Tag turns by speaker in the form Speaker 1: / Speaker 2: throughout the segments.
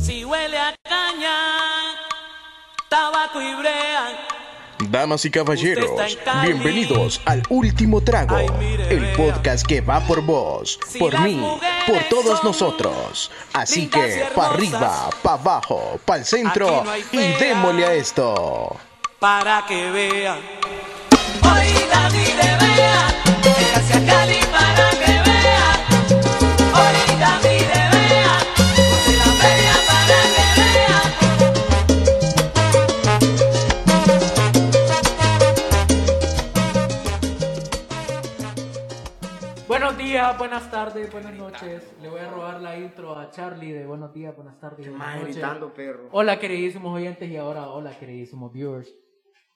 Speaker 1: Si huele a caña, tabaco y brea.
Speaker 2: Damas y caballeros,
Speaker 1: Usted está en Cali.
Speaker 2: bienvenidos al último trago,
Speaker 1: Ay, mire,
Speaker 2: el
Speaker 1: vea.
Speaker 2: podcast que va por vos,
Speaker 1: Si
Speaker 2: por
Speaker 1: las
Speaker 2: mí,
Speaker 1: mujeres
Speaker 2: por todos
Speaker 1: son
Speaker 2: nosotros. Así
Speaker 1: lindas y
Speaker 2: que, pa'
Speaker 1: hermosas,
Speaker 2: arriba, pa' abajo, pa' el centro
Speaker 1: aquí no hay
Speaker 2: y
Speaker 1: fea.
Speaker 2: démosle a esto.
Speaker 1: para que vean. Hoy Dani te vea, véngase a Cali para que vea. Hoy Dani te vea, puse la feria para que vea.
Speaker 3: Buenos días, buenas tardes, buenas noches. Le voy a robar la intro a Charlie de buenos días, buenas tardes, buenas
Speaker 4: Más
Speaker 3: noches.
Speaker 4: gritando, perro.
Speaker 3: Hola queridísimos oyentes y ahora hola queridísimos viewers.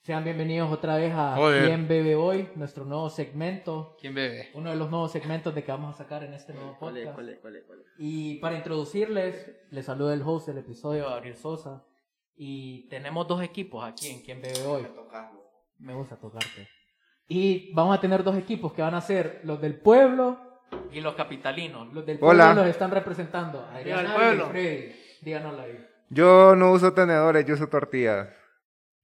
Speaker 3: Sean bienvenidos otra vez a
Speaker 5: Joder.
Speaker 3: ¿Quién bebe hoy? Nuestro nuevo segmento,
Speaker 5: ¿Quién bebe?
Speaker 3: uno de los nuevos segmentos de que vamos a sacar en este nuevo
Speaker 4: ¿Cuál es,
Speaker 3: podcast.
Speaker 4: cuál es, cuál es, cuál es?
Speaker 3: Y para introducirles, les saluda el host del episodio, Gabriel Sosa. Y tenemos dos equipos aquí en ¿Quién bebe hoy? Me gusta tocarte. Y vamos a tener dos equipos que van a ser los del pueblo y los capitalinos. Los del pueblo
Speaker 6: Hola.
Speaker 3: los están representando. Adrián
Speaker 5: del
Speaker 3: Ávila y
Speaker 5: pueblo.
Speaker 3: Freddy. Díganos la vida.
Speaker 6: Yo no uso tenedores, yo uso tortillas.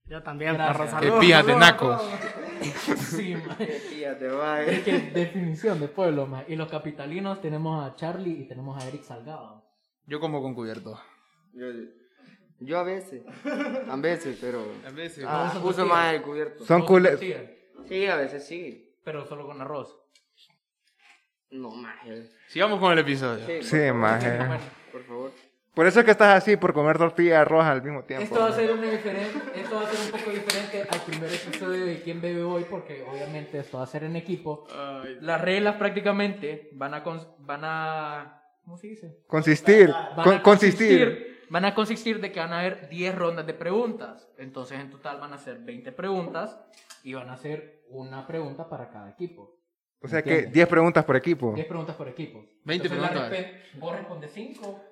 Speaker 7: Yo también,
Speaker 3: Gracias.
Speaker 7: perro.
Speaker 5: El
Speaker 7: Saludos.
Speaker 5: pijas Eh, de
Speaker 7: saludos a
Speaker 5: naco.
Speaker 7: todos.
Speaker 3: Sí, ma.
Speaker 4: Tía, te va,
Speaker 3: Es
Speaker 4: eh.
Speaker 3: que definición de pueblo, ma. Y los capitalinos tenemos a Charlie y tenemos a Eric Salgado.
Speaker 5: Yo como con cubierto.
Speaker 4: Yo, yo a veces, a veces, pero
Speaker 5: A veces.
Speaker 4: ah,
Speaker 3: son
Speaker 4: uso
Speaker 3: tortillas.
Speaker 4: más el cubierto.
Speaker 6: Son
Speaker 3: Todos
Speaker 6: cule-
Speaker 3: tortillas,
Speaker 4: Sí, a veces sí.
Speaker 3: Pero solo con arroz.
Speaker 4: No más, eh.
Speaker 5: Sigamos con el episodio.
Speaker 3: pues
Speaker 6: Sí, maje.
Speaker 4: por favor.
Speaker 6: Por eso es que estás así, por comer tortilla roja al mismo tiempo.
Speaker 3: Esto va, a ser una diferente, esto va a ser un poco diferente al primer episodio de quién bebe hoy, porque obviamente esto va a ser en equipo. Las reglas prácticamente van a... cons- Van a ¿Cómo se dice?
Speaker 6: Consistir.
Speaker 3: Van
Speaker 6: con-
Speaker 3: a
Speaker 6: consistir.
Speaker 3: Van a consistir de que van a haber 10 rondas de preguntas. Entonces en total van a ser 20 preguntas y van a ser una pregunta para cada equipo.
Speaker 6: O sea que
Speaker 3: Entiendo.
Speaker 6: 10 preguntas por equipo.
Speaker 3: 10 preguntas por equipo.
Speaker 5: 20
Speaker 3: Entonces, la
Speaker 5: preguntas.
Speaker 3: respe- Vos respondes 5.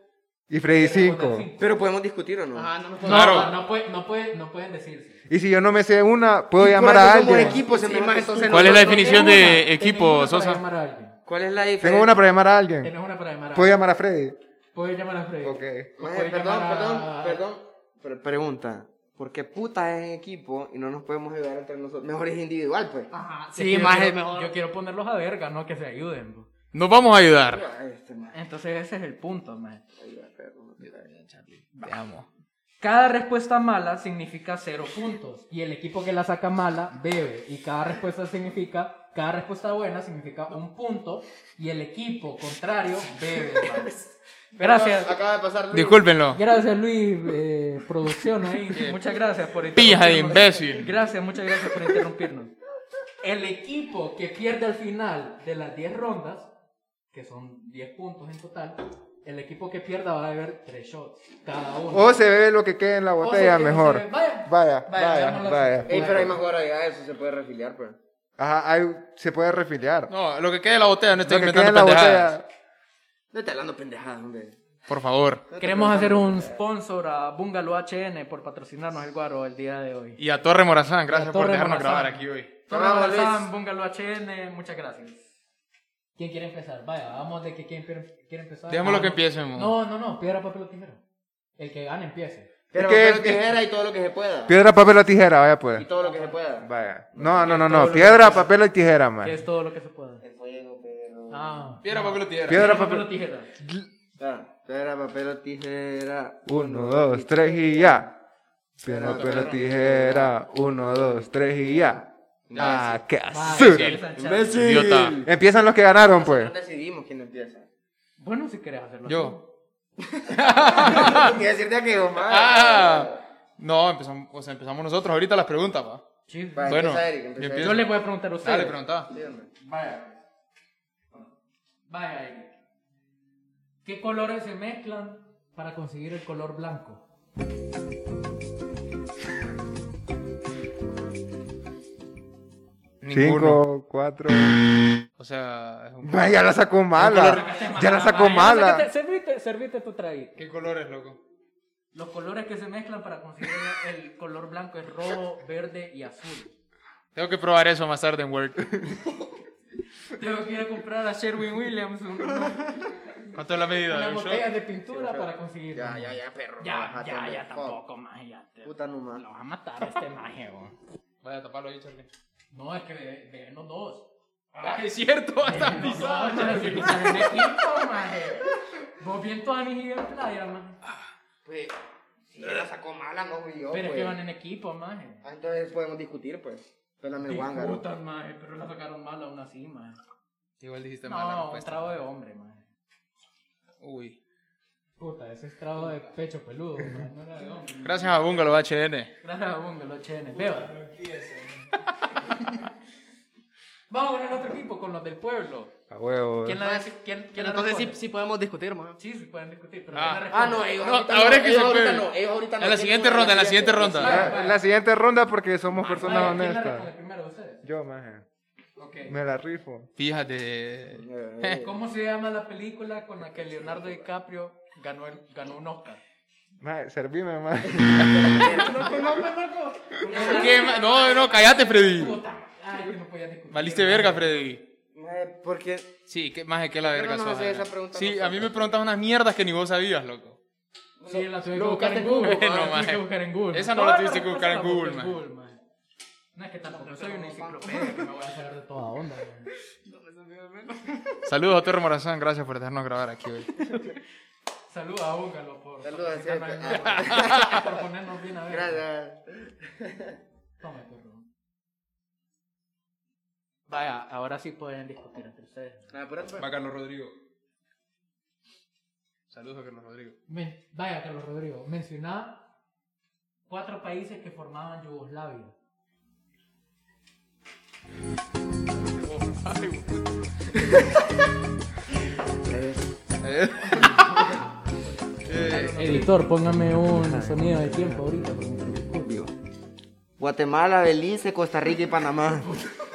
Speaker 6: Y Freddy 5.
Speaker 4: Pero podemos discutir o no.
Speaker 5: Ah,
Speaker 7: Ajá, no me puedo-
Speaker 5: Claro.
Speaker 3: No, no, puede- no, puede- no pueden decirse.
Speaker 6: Y si yo no me sé una, puedo
Speaker 4: Y por
Speaker 6: llamar
Speaker 4: eso
Speaker 6: a
Speaker 4: somos
Speaker 6: alguien.
Speaker 4: equipo, se
Speaker 7: Sí,
Speaker 4: me
Speaker 7: más,
Speaker 4: mata
Speaker 7: entonces
Speaker 4: todo.
Speaker 5: ¿Cuál es la
Speaker 7: nosotros-
Speaker 5: definición
Speaker 3: Tenés
Speaker 5: de
Speaker 3: una,
Speaker 5: equipo,
Speaker 3: tenés una
Speaker 5: Sosa?
Speaker 3: Para llamar a alguien.
Speaker 4: ¿Cuál es la diferencia?
Speaker 6: Tengo una para llamar a alguien.
Speaker 3: Tenés una para llamar a
Speaker 6: Puedo
Speaker 3: alguien.
Speaker 6: llamar a Freddy.
Speaker 3: Puedes llamar a Freddy.
Speaker 6: Ok.
Speaker 3: O
Speaker 4: Maje,
Speaker 3: puedes
Speaker 4: perdón,
Speaker 3: llamar a-
Speaker 4: perdón, perdón. Pre- pregunta. ¿Por qué puta es en equipo y no nos podemos ayudar entre nosotros? Mejor es individual, pues.
Speaker 5: Ah.
Speaker 7: Ajá,
Speaker 3: Es que
Speaker 7: sí,
Speaker 3: yo
Speaker 7: más
Speaker 3: quiero-
Speaker 7: es mejor.
Speaker 3: Yo quiero ponerlos a verga, ¿no? Que se ayuden. pues. bro.
Speaker 5: Nos vamos a ayudar.
Speaker 4: Ay, este maje.
Speaker 3: Entonces ese es el punto, man.
Speaker 4: Ay, va, perro.
Speaker 5: Te amo.
Speaker 3: Cada respuesta mala significa cero puntos. Y el equipo que la saca mala bebe. Y cada respuesta significa, cada respuesta buena significa un punto. Y el equipo contrario bebe. man. Gracias.
Speaker 4: Acaba de pasar Luis.
Speaker 5: Discúlpenlo.
Speaker 3: Gracias Luis, eh, producción ahí. Muchas gracias por
Speaker 5: Pija de
Speaker 3: interrumpirnos.
Speaker 5: imbécil.
Speaker 3: Gracias, muchas gracias por interrumpirnos. El equipo que pierde al final de las 10 rondas, que son 10 puntos en total, el equipo que pierda va a beber 3 shots cada uno.
Speaker 6: O se bebe lo que quede en la
Speaker 3: O
Speaker 6: botella
Speaker 3: se-
Speaker 6: mejor.
Speaker 3: se ve- Vaya,
Speaker 6: Vaya,
Speaker 3: Vaya,
Speaker 6: vaya,
Speaker 3: veámoslo así.
Speaker 6: vaya.
Speaker 4: Ey, pero hay más horas ya, eso se puede refiliar, pues.
Speaker 6: Ajá, ahí se puede refiliar.
Speaker 5: No, lo que quede en la botella, no estoy
Speaker 6: Lo que quede en
Speaker 5: inventando
Speaker 6: la
Speaker 5: pendejadas.
Speaker 6: botella.
Speaker 4: No te hablando pendejadas, hombre.
Speaker 5: Por favor.
Speaker 3: Queremos hacer un sponsor a Bungalow HN por patrocinarnos el guaro el día de hoy.
Speaker 5: Y a Torre Morazán,
Speaker 3: Y
Speaker 5: gracias
Speaker 3: a Torre
Speaker 5: por dejarnos
Speaker 3: Morazán.
Speaker 5: grabar aquí hoy.
Speaker 4: Bravo,
Speaker 3: Torre Morazán,
Speaker 4: Luis.
Speaker 3: Bungalow HN, muchas gracias. ¿Quién quiere empezar? Vaya, vamos de que quién quiere quiere empezar.
Speaker 5: Dejémoslo
Speaker 3: Ah,
Speaker 5: que
Speaker 3: no.
Speaker 5: empiecemos.
Speaker 3: No, no, no, piedra, papel o tijera. El que gane empiece.
Speaker 4: Pero
Speaker 6: que-
Speaker 4: papel o tijera y todo lo que se pueda.
Speaker 6: Piedra, papel o tijera, vaya
Speaker 4: Y
Speaker 6: pues.
Speaker 4: todo lo que se pueda.
Speaker 6: Vaya. No, no, no,
Speaker 3: todo lo
Speaker 6: no.
Speaker 3: que
Speaker 6: Piedra,
Speaker 3: quieras.
Speaker 6: papel o tijera, man.
Speaker 3: Que es todo lo que se pueda.
Speaker 4: El fuego, pero.
Speaker 3: Ah.
Speaker 5: Piedra, papel o tijera.
Speaker 6: Piedra,
Speaker 3: papel
Speaker 6: papel.
Speaker 3: o tijera.
Speaker 4: Ah, piedra, papel o tijera.
Speaker 6: Uno, dos, tres y ya. Piedra, papel o tijera. Uno, dos, tres y ya. Ah, qué azul.
Speaker 3: Vaya,
Speaker 4: Imbécil.
Speaker 5: Idiota.
Speaker 6: Empiezan los que ganaron, pues.
Speaker 4: Nosotros decidimos quién empieza.
Speaker 3: Bueno, si querés hacerlo.
Speaker 5: Yo.
Speaker 6: Ah.
Speaker 4: Quiero decirte que Omar.
Speaker 5: Ah. No, empezamos, o sea, empezamos nosotros ahorita las preguntas, pa.
Speaker 3: Sí.
Speaker 4: Va,
Speaker 5: Bueno,
Speaker 4: empieza Eric, empieza
Speaker 5: yo
Speaker 4: Eric.
Speaker 3: Yo les voy a preguntar a ustedes.
Speaker 5: Dale, preguntá.
Speaker 4: Sí, hombre.
Speaker 3: Vaya. Vaya, Eric. ¿Qué colores se mezclan para conseguir el color blanco?
Speaker 5: Ninguno.
Speaker 6: Cinco, cuatro.
Speaker 5: O sea, es un-
Speaker 6: Vaya, ya la sacó mala. Ya
Speaker 3: Vaya, yo
Speaker 6: la sacó
Speaker 3: sé que
Speaker 6: mala.
Speaker 3: te- Servite, servite tu traguito.
Speaker 5: ¿Qué colores, loco?
Speaker 3: Los colores que se mezclan para conseguir el color blanco es rojo, verde y azul.
Speaker 5: Tengo que probar eso más tarde en Word.
Speaker 3: Tengo que ir a comprar a Sherwin Williams un-
Speaker 5: ¿Cuánto es la medida ¿eh? de
Speaker 3: Una
Speaker 5: un shot?
Speaker 3: botella de pintura para conseguir.
Speaker 4: Ya, ya, ya, perro.
Speaker 3: Ya,
Speaker 4: Bájate,
Speaker 3: ya,
Speaker 4: hombre.
Speaker 3: ya,
Speaker 4: Fuck.
Speaker 3: tampoco, maje, ya. te-
Speaker 4: Puta no más.
Speaker 3: Lo vas a matar a este maje, weón.
Speaker 5: Vaya, tapalo ahí, Charlie.
Speaker 3: No, es que ve- venos dos.
Speaker 5: Ah, es cierto, está
Speaker 3: Venos dos,
Speaker 5: pisado.
Speaker 3: maje, si pisan en equipo, maje. Vos bien todas mis ideas en playa, maje.
Speaker 4: Pues, si la sacó mala, no fui yo,
Speaker 3: Pero es
Speaker 4: pues.
Speaker 3: que van en equipo, maje.
Speaker 4: Ah, entonces podemos discutir, pues. Pélame el guángaro.
Speaker 3: Disputan, maje, pero la sacaron mal aún así, maje.
Speaker 5: Igual dijiste mal la
Speaker 3: No, un
Speaker 5: respuesta.
Speaker 3: trago de hombre, maje.
Speaker 5: Uy.
Speaker 3: Puta, ese es trago de pecho peludo, maje, no era de hombre.
Speaker 5: Gracias a Bungalow HN.
Speaker 3: Gracias a Bungo, los chenes. Beba. Vamos con el otro equipo, con los del pueblo.
Speaker 6: A huevo.
Speaker 3: ¿Quién la
Speaker 4: Pues,
Speaker 3: dice? ¿Quién, quién la responde?
Speaker 4: podemos discutir, más.
Speaker 3: Sí, sí pueden discutir, pero
Speaker 5: Ah.
Speaker 3: ¿quién la
Speaker 4: Ah,
Speaker 3: responde?
Speaker 4: no, ellos
Speaker 5: No,
Speaker 4: ahorita
Speaker 5: ahora es que
Speaker 4: ellos
Speaker 5: se
Speaker 4: ahorita
Speaker 5: puede.
Speaker 4: no, ellos ahorita
Speaker 5: En
Speaker 4: no
Speaker 5: la
Speaker 4: tienen
Speaker 5: siguiente
Speaker 4: una
Speaker 5: ronda, en la
Speaker 4: idea
Speaker 5: siguiente
Speaker 4: que-
Speaker 5: ronda.
Speaker 3: Ah,
Speaker 6: Ya, La siguiente ronda porque somos personas
Speaker 3: Ah, ¿Quién la responde
Speaker 6: honestas.
Speaker 3: primero? ¿Ustedes?
Speaker 6: Yo, maje.
Speaker 3: Ok.
Speaker 6: Me la rifo.
Speaker 5: Fíjate.
Speaker 4: Eh, eh.
Speaker 3: ¿Cómo se llama la película con la que Leonardo DiCaprio ganó, el- ganó un Oscar?
Speaker 6: Maje, servime, maje.
Speaker 5: ¿Qué ma- No, no, cállate, Freddy.
Speaker 3: Puta, ay, que no podía discutir.
Speaker 5: Maliste verga, Freddy.
Speaker 4: Eh, Porque
Speaker 5: Sí, ¿qué, más de qué la
Speaker 4: Yo
Speaker 5: verga
Speaker 4: no me
Speaker 5: sos,
Speaker 4: sé
Speaker 5: Adrián.
Speaker 4: esa pregunta,
Speaker 5: Sí,
Speaker 4: no sé.
Speaker 5: a mí me preguntas unas mierdas que ni vos sabías, loco.
Speaker 3: Sí, la tuve que
Speaker 4: Lo
Speaker 3: buscar en
Speaker 4: buscaste en
Speaker 3: Google.
Speaker 5: Google,
Speaker 3: ah,
Speaker 5: no,
Speaker 3: la tuve
Speaker 5: maje.
Speaker 3: que buscar en Google.
Speaker 5: Esa no
Speaker 3: Todas
Speaker 5: la tuviste
Speaker 3: las
Speaker 5: que buscar en
Speaker 3: respuestas las busqué
Speaker 5: Google,
Speaker 3: en Google, maje. No es que tampoco soy una enciclopedia que me voy a saber de toda onda. maje.
Speaker 5: Saludos a Torre Morazán, gracias por dejarnos grabar aquí hoy.
Speaker 3: Saluda a Búngalo por,
Speaker 4: Saluda
Speaker 3: por sacarme
Speaker 4: siempre.
Speaker 3: el nombre, por ponernos bien a ver.
Speaker 4: Gracias.
Speaker 3: Toma, perro. Vaya, ahora sí pueden discutir entre ustedes.
Speaker 4: Ah, pero- pero-
Speaker 5: Va Carlos Rodrigo. Saludos a Carlos Rodrigo.
Speaker 3: Me- vaya, Carlos Rodrigo, mencioná cuatro países que formaban Yugoslavia. Editor, póngame un sonido de tiempo ahorita.
Speaker 4: Guatemala, Belice, Costa Rica y Panamá.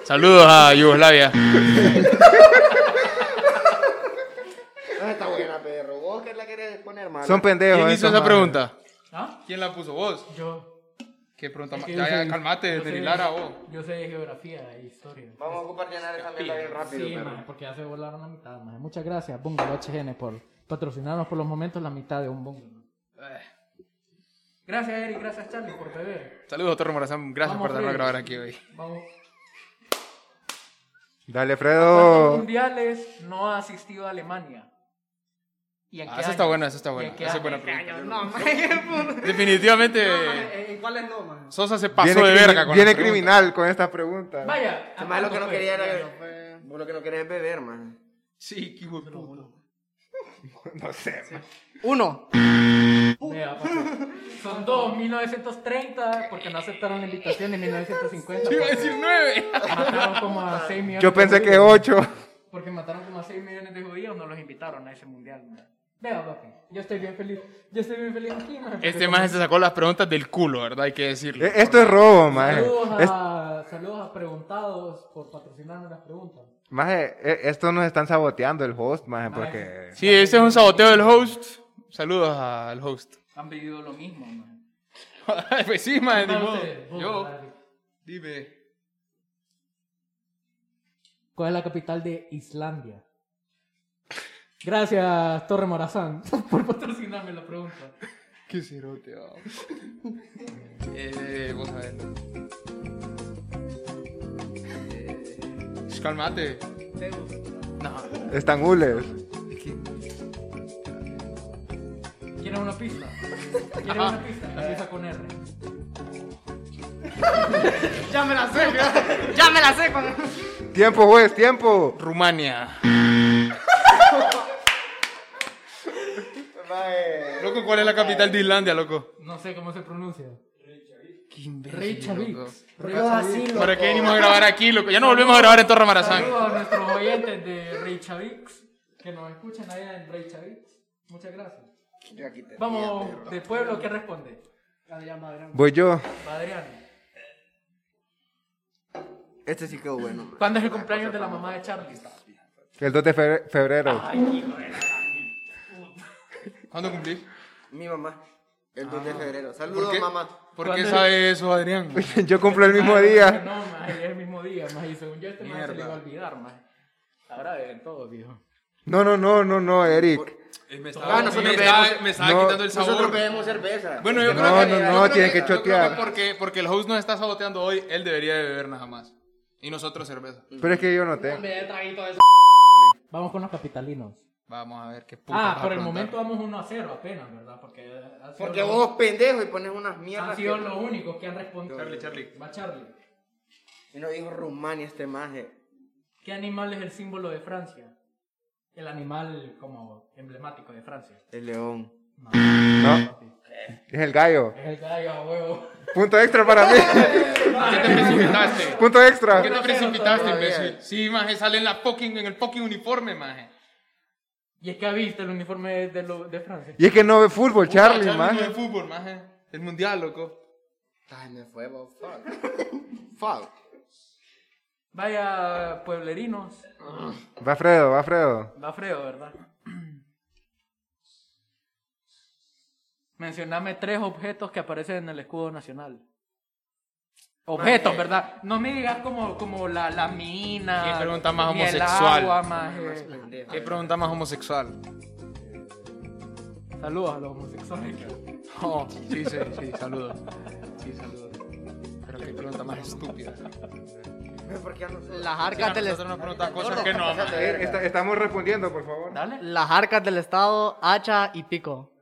Speaker 5: Saludos a Yugoslavia.
Speaker 4: Ah, está buena, perro. ¿Vos qué la querés poner, mano?
Speaker 6: Son pendejos.
Speaker 5: ¿Quién hizo
Speaker 6: esos,
Speaker 5: esa
Speaker 6: maje.
Speaker 5: pregunta?
Speaker 3: ¿Ah?
Speaker 5: ¿Quién la puso? ¿Vos?
Speaker 3: Yo.
Speaker 5: ¿Qué pregunta
Speaker 3: es
Speaker 5: más?
Speaker 3: que
Speaker 5: Ya,
Speaker 3: yo
Speaker 5: ya,
Speaker 3: soy-
Speaker 5: calmate,
Speaker 3: yo soy-
Speaker 5: derilara vos.
Speaker 3: Yo sé de geografía e historia.
Speaker 4: Vamos a ocupar llenar esa mierda bien rápido,
Speaker 3: Sí,
Speaker 4: perro.
Speaker 3: maje, porque ya se volaron la mitad. maje. Muchas gracias, Bungalow HN, por patrocinarnos por los momentos la mitad de un bungalow. Gracias, Eric. Gracias, Charlie, por beber.
Speaker 5: Saludos a Torre Morazán, gracias
Speaker 3: Vamos,
Speaker 5: por dejarnos
Speaker 3: Freddy.
Speaker 5: grabar aquí hoy.
Speaker 3: Vamos.
Speaker 6: Dale,
Speaker 5: Oh.
Speaker 3: ¿Cuántos
Speaker 6: Fredo.
Speaker 3: mundiales no ha asistido a Alemania? ¿Y en
Speaker 5: Ah,
Speaker 3: qué
Speaker 5: eso está
Speaker 3: año?
Speaker 5: bueno, eso
Speaker 3: ¿Y
Speaker 5: está
Speaker 3: en
Speaker 5: bueno.
Speaker 3: qué
Speaker 5: Esa es
Speaker 3: año?
Speaker 5: buena pregunta.
Speaker 4: No, man.
Speaker 5: Definitivamente
Speaker 4: ¿En cuáles no, man?
Speaker 5: Sosa se pasó
Speaker 6: viene
Speaker 5: de
Speaker 6: crimi-
Speaker 5: verga con
Speaker 6: viene
Speaker 5: la pregunta.
Speaker 6: criminal con esta pregunta.
Speaker 3: Vaya.
Speaker 5: Ah, Este
Speaker 3: pues, ¿a
Speaker 4: Además, lo que
Speaker 3: cuánto
Speaker 4: no
Speaker 3: fue?
Speaker 4: quería era. Vos lo que no querés es beber, man.
Speaker 5: Sí, qué hijo de puta.
Speaker 6: No sé. maje.
Speaker 4: Uno.
Speaker 3: Vea, papá. Son dos, 1930, porque no aceptaron la invitación, y 1950.
Speaker 5: Yo iba a
Speaker 3: porque
Speaker 5: decir nueve.
Speaker 3: Mataron como a 6 millones.
Speaker 6: Yo
Speaker 3: de
Speaker 6: pensé que
Speaker 3: judíos.
Speaker 6: ocho.
Speaker 3: Porque mataron como a 6 millones de judíos, no los invitaron a ese mundial. man. Vea, papi, yo estoy bien feliz. Yo estoy bien feliz aquí, man.
Speaker 5: Este
Speaker 3: porque
Speaker 5: maje
Speaker 3: como-
Speaker 5: se sacó las preguntas del culo, ¿verdad? Hay que decirlo.
Speaker 6: E- Esto es robo, maje.
Speaker 3: Saludos
Speaker 6: Es-
Speaker 3: a, saludos a preguntados por patrocinarnos las preguntas.
Speaker 6: maje, e- esto nos están saboteando el host, maje, porque...
Speaker 5: Sí, este es un saboteo del host. Saludos al host.
Speaker 3: Han vivido lo mismo, man.
Speaker 5: pues sí, maje, ni
Speaker 3: Vamos
Speaker 5: modo.
Speaker 3: ustedes, vos,
Speaker 5: Yo,
Speaker 3: dale.
Speaker 5: dime.
Speaker 3: ¿Cuál es la capital de Islandia? Gracias, Torre Morazán, por patrocinarme la pregunta.
Speaker 5: Qué cerote, vamos. eh, vos sabés. Eh, calmate.
Speaker 6: Están hules.
Speaker 3: ¿Quieren una pista? ¿Quieren una pista? Empieza con R.
Speaker 4: Ya me la sé, ya me la sé, man.
Speaker 6: Tiempo, juez, tiempo.
Speaker 5: Rumania. Loco, ¿cuál es la capital de Islandia, loco?
Speaker 3: No sé cómo se pronuncia.
Speaker 5: Qué imbécil,
Speaker 3: Reykjavik.
Speaker 5: loco.
Speaker 3: Reykjavik.
Speaker 5: ¿Para qué venimos a grabar aquí, loco? Ya no volvemos a grabar en Torre Marazán.
Speaker 3: Saludos a nuestros oyentes de Reykjavik que nos escuchan allá en Reykjavik. Muchas gracias.
Speaker 4: Yo aquí te.
Speaker 3: Vamos, de pueblo, ¿qué responde? Adrián Adrián.
Speaker 6: Voy yo.
Speaker 3: Adrián.
Speaker 4: Este sí quedó bueno, man.
Speaker 3: ¿Cuándo es el cumpleaños de la mamá de Charlie?
Speaker 6: El 2 de fe- febrero.
Speaker 5: ¿Cuándo cumplí?
Speaker 4: Mi mamá. El 2 de febrero. Saludos, mamá.
Speaker 5: ¿Por Ah. qué
Speaker 3: ¿Cuándo?
Speaker 5: sabe eso, Adrián?
Speaker 6: Yo cumplo el mismo
Speaker 3: Ah,
Speaker 6: día.
Speaker 3: No, más, es el mismo día, más. Y según yo, este más se le
Speaker 5: Mierda.
Speaker 3: iba a olvidar, más. Ahora deben todos, viejo.
Speaker 6: No, no, no, no, no, Eric.
Speaker 7: Eh, Me
Speaker 4: Ah,
Speaker 7: estaba,
Speaker 4: nosotros
Speaker 7: me
Speaker 4: bebemos-
Speaker 7: estaba- me estaba
Speaker 6: no,
Speaker 7: quitando el
Speaker 4: Nosotros
Speaker 7: sabor.
Speaker 4: bebemos cerveza.
Speaker 5: Bueno, yo
Speaker 6: No,
Speaker 5: creo que.
Speaker 6: no,
Speaker 5: yo
Speaker 6: no,
Speaker 5: creo que-
Speaker 6: tiene que
Speaker 5: yo creo
Speaker 6: chotear.
Speaker 5: porque, porque el host nos está saboteando hoy, él debería de beber nada más. Y nosotros cerveza.
Speaker 6: Pero es que yo no tengo.
Speaker 3: Vamos con los capitalinos.
Speaker 5: Vamos a ver qué puta.
Speaker 3: Ah,
Speaker 5: vas a
Speaker 3: por el
Speaker 5: preguntar.
Speaker 3: momento vamos 1 a 0 apenas, ¿verdad? Porque, ha sido
Speaker 4: Porque
Speaker 3: lo-
Speaker 4: vos, pendejo, y pones unas
Speaker 3: han
Speaker 5: Ah,
Speaker 4: mierdas.
Speaker 3: sido
Speaker 4: que-
Speaker 3: los únicos que han respondido.
Speaker 5: Charlie, Charlie.
Speaker 3: Va Charlie.
Speaker 4: Y no dijo Rumania este maje.
Speaker 3: ¿Qué animal es el símbolo de Francia? El animal como emblemático de Francia.
Speaker 4: El león.
Speaker 3: No.
Speaker 6: No, es el gallo.
Speaker 3: Es el gallo a huevo.
Speaker 6: Punto extra para mí.
Speaker 5: ¿Por qué te precipitaste?
Speaker 6: Punto
Speaker 5: ¿Por qué
Speaker 6: extra.
Speaker 5: te precipitaste, imbécil? Sí, maje, sale en, la fucking- en el fucking uniforme, maje.
Speaker 3: Y es que ha visto el uniforme de, lo- de Francia.
Speaker 6: Y es que no ve fútbol, Charlie,
Speaker 5: Puta, no ve
Speaker 6: man.
Speaker 5: fútbol, maje. El mundial, loco.
Speaker 4: Ay, me fue, vos. Fuck. Fuck.
Speaker 3: Vaya pueblerinos.
Speaker 6: Va Fredo, va Fredo.
Speaker 3: Da frío, ¿verdad? Mencioname tres objetos que aparecen en el escudo nacional. Objetos, ¿verdad? No me digas como, como la, la mina.
Speaker 5: Qué pregunta más
Speaker 3: ni el
Speaker 5: homosexual.
Speaker 3: agua, maje.
Speaker 5: ¿Qué pregunta más homosexual?
Speaker 3: Saludos a los homosexuales.
Speaker 5: Oh, sí, sí, sí, saludos. Sí, saludos. Pero qué pregunta más estúpida.
Speaker 4: ¿Por qué no
Speaker 8: Las arcas, del,
Speaker 5: Nosotros nos preguntan cosas que no, maje.
Speaker 6: Está- estamos respondiendo, por favor.
Speaker 3: ¿Dale?
Speaker 8: las arcas del Estado, hacha y pico.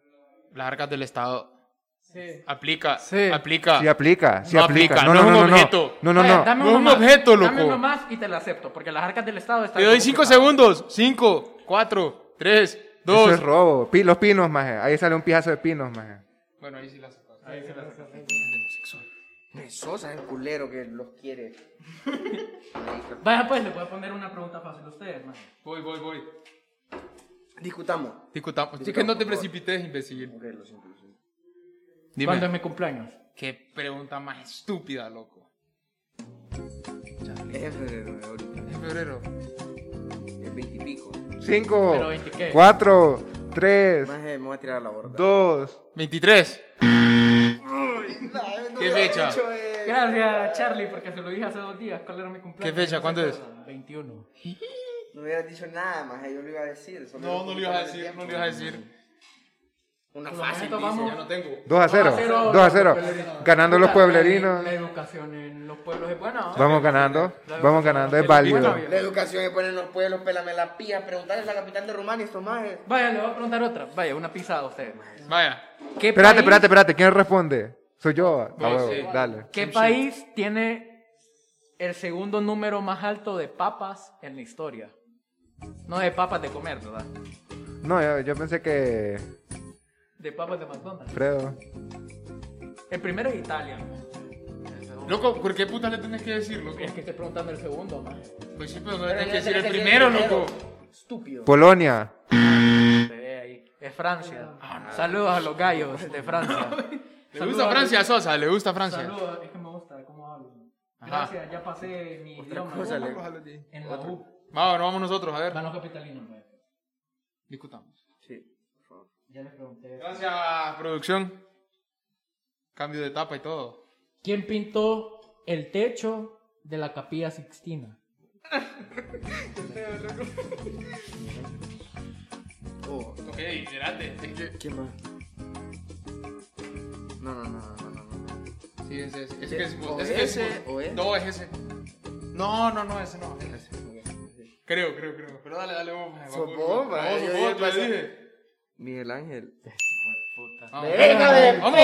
Speaker 5: Las arcas del Estado.
Speaker 3: Sí.
Speaker 5: Aplica,
Speaker 8: Sí.
Speaker 5: aplica.
Speaker 6: Si aplica, si
Speaker 5: No
Speaker 6: aplica.
Speaker 5: aplica,
Speaker 6: No, no,
Speaker 5: no es un
Speaker 6: no, no, no.
Speaker 5: objeto.
Speaker 6: No, no,
Speaker 3: Vaya,
Speaker 6: no.
Speaker 3: Dame
Speaker 5: No es
Speaker 3: uno
Speaker 5: un
Speaker 3: más,
Speaker 5: objeto,
Speaker 3: Dame
Speaker 5: loco.
Speaker 3: uno más y te lo acepto, porque las arcas del Estado están.
Speaker 5: Te doy 5
Speaker 3: complicadas.
Speaker 5: segundos. 5, 4, 3,
Speaker 6: Eso es
Speaker 5: 2.
Speaker 6: robo. Pi- Los pinos, maje. Ahí sale un pijazo de pinos, maje.
Speaker 5: Bueno, ahí sí la sacó.
Speaker 4: Me sosa el culero que los quiere. Marica.
Speaker 3: Vaya, pues le voy a poner una pregunta fácil a ustedes, maje.
Speaker 5: Voy, voy, voy.
Speaker 4: Discutamos.
Speaker 5: Discutamos. Sí que no te precipites, imbécil.
Speaker 4: Ok, lo siento, lo siento.
Speaker 3: ¿Cuándo es
Speaker 5: Dime.
Speaker 3: mi cumpleaños?
Speaker 5: Qué pregunta más estúpida, loco.
Speaker 4: Es en febrero, eh, ahorita.
Speaker 5: En febrero.
Speaker 4: Es veintipico.
Speaker 6: Cinco,
Speaker 3: Pero 20 qué.
Speaker 6: cuatro, tres,
Speaker 4: Maje, me voy a tirar a la borda.
Speaker 6: dos.
Speaker 5: 23. ¿Qué fecha?
Speaker 3: Gracias, Charlie, porque se lo dije hace dos días. ¿Cuál era mi cumpleaños?
Speaker 5: ¿Qué fecha? ¿Cuándo es?
Speaker 3: 21.
Speaker 4: No hubieras dicho nada, maje. Yo lo iba a decir. solo
Speaker 5: No, no lo ibas a decir,
Speaker 4: tiempo,
Speaker 5: no lo ibas a
Speaker 4: maje.
Speaker 5: decir.
Speaker 4: Una
Speaker 3: Por lo
Speaker 4: fácil,
Speaker 3: menos
Speaker 4: dice.
Speaker 3: vamos-
Speaker 5: Ya no tengo.
Speaker 6: 2 a 0. 2 a 0. Ganando los
Speaker 3: Puta,
Speaker 6: pueblerinos.
Speaker 3: La, la educación en los pueblos es buena. ¿no?
Speaker 6: Vamos ganando. Vamos ganando. Es válido.
Speaker 4: La educación que ponen los pueblos, pelame la pía. Preguntarles la capital de Rumania, estos majes.
Speaker 3: Vaya, le voy a preguntar otra. Vaya, una pisada a ustedes.
Speaker 5: Vaya.
Speaker 3: ¿Qué
Speaker 6: Espérate,
Speaker 3: país-
Speaker 6: espérate, espérate. ¿Quién responde? Soy yo. Ah,
Speaker 5: Vos,
Speaker 6: huevo,
Speaker 5: sí.
Speaker 6: Dale.
Speaker 3: ¿Qué país tiene el segundo número más alto de papas en la historia? No de papas de comer, ¿verdad?
Speaker 6: No, yo, yo pensé que.
Speaker 3: De papas de McDonald's.
Speaker 6: Fredo.
Speaker 3: El primero es Italia.
Speaker 5: Loco, ¿por qué puta le tenés que decir, loco?
Speaker 3: Es que estoy preguntando el segundo, man.
Speaker 5: Pues sí, pero no le tenés
Speaker 4: ya
Speaker 5: que decir
Speaker 4: tenés
Speaker 5: el
Speaker 4: que
Speaker 5: primero,
Speaker 4: decir el
Speaker 5: loco.
Speaker 4: Estúpido.
Speaker 6: Polonia.
Speaker 3: Se ve ahí. Es Francia. Ah, Saludos a los gallos de Francia.
Speaker 5: Le gusta Francia, Sosa, le gusta Francia.
Speaker 3: Saludos, es que me gusta cómo hablan.
Speaker 5: Ajá.
Speaker 3: Gracias, ya pasé mi idioma. En la U.
Speaker 5: Vamos, vamos nosotros, a ver.
Speaker 3: Van los capitalinos, pues.
Speaker 5: Discutamos.
Speaker 3: Ya les pregunté.
Speaker 5: Gracias, producción. Cambio de etapa y todo.
Speaker 3: ¿Quién pintó el techo de la capilla Sixtina?
Speaker 5: Ok, espérate. Es que-
Speaker 4: ¿Quién más? No, no, no, no, no, no.
Speaker 5: Sí, ese, ese. Es que es,
Speaker 4: ¿O
Speaker 5: es que es-
Speaker 4: ese, o ese?
Speaker 5: No, es ese. No, no, no, ese no. es ese. Creo, creo, creo. Pero dale, dale, vos. maje,
Speaker 4: Sos
Speaker 5: vos,
Speaker 4: vos,
Speaker 5: vos,
Speaker 4: maje,
Speaker 5: vos,
Speaker 4: yo
Speaker 5: vos,
Speaker 4: ya
Speaker 5: yo le
Speaker 4: pasé.
Speaker 5: dije.
Speaker 4: Miguel Ángel.
Speaker 5: Vamos.
Speaker 4: Verga del
Speaker 5: Vamos,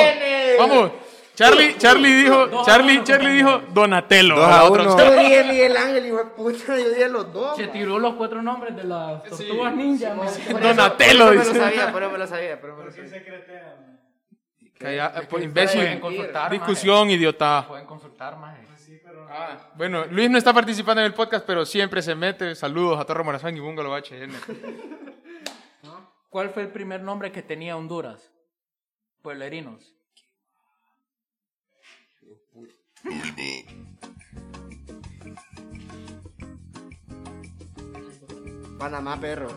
Speaker 5: vamos. Charlie, Charlie dijo, Charlie, Charlie dijo Donatello.
Speaker 6: Dos a
Speaker 5: La otra
Speaker 6: uno.
Speaker 5: opción.
Speaker 4: Yo dije Miguel Ángel, hijo de puta, yo dije los dos.
Speaker 3: Se
Speaker 4: man.
Speaker 3: tiró los cuatro nombres de las
Speaker 5: Sí.
Speaker 3: tortugas ninja. man.
Speaker 4: Por eso-
Speaker 5: Donatello,
Speaker 4: por eso Me
Speaker 5: dice.
Speaker 4: lo sabía, pero me lo sabía, pero me lo sabía.
Speaker 5: Calla, eh, pues,
Speaker 3: Pueden
Speaker 5: imbécil.
Speaker 3: consultar, maje.
Speaker 5: Discusión, idiota.
Speaker 3: Pueden consultar, más.
Speaker 5: Ah, bueno, Luis no está participando en el podcast, pero siempre se mete. Saludos a Torre Morazán y Bungalow HN.
Speaker 3: ¿Cuál fue el primer nombre que tenía Honduras? Pueblerinos.
Speaker 4: Panamá, perro.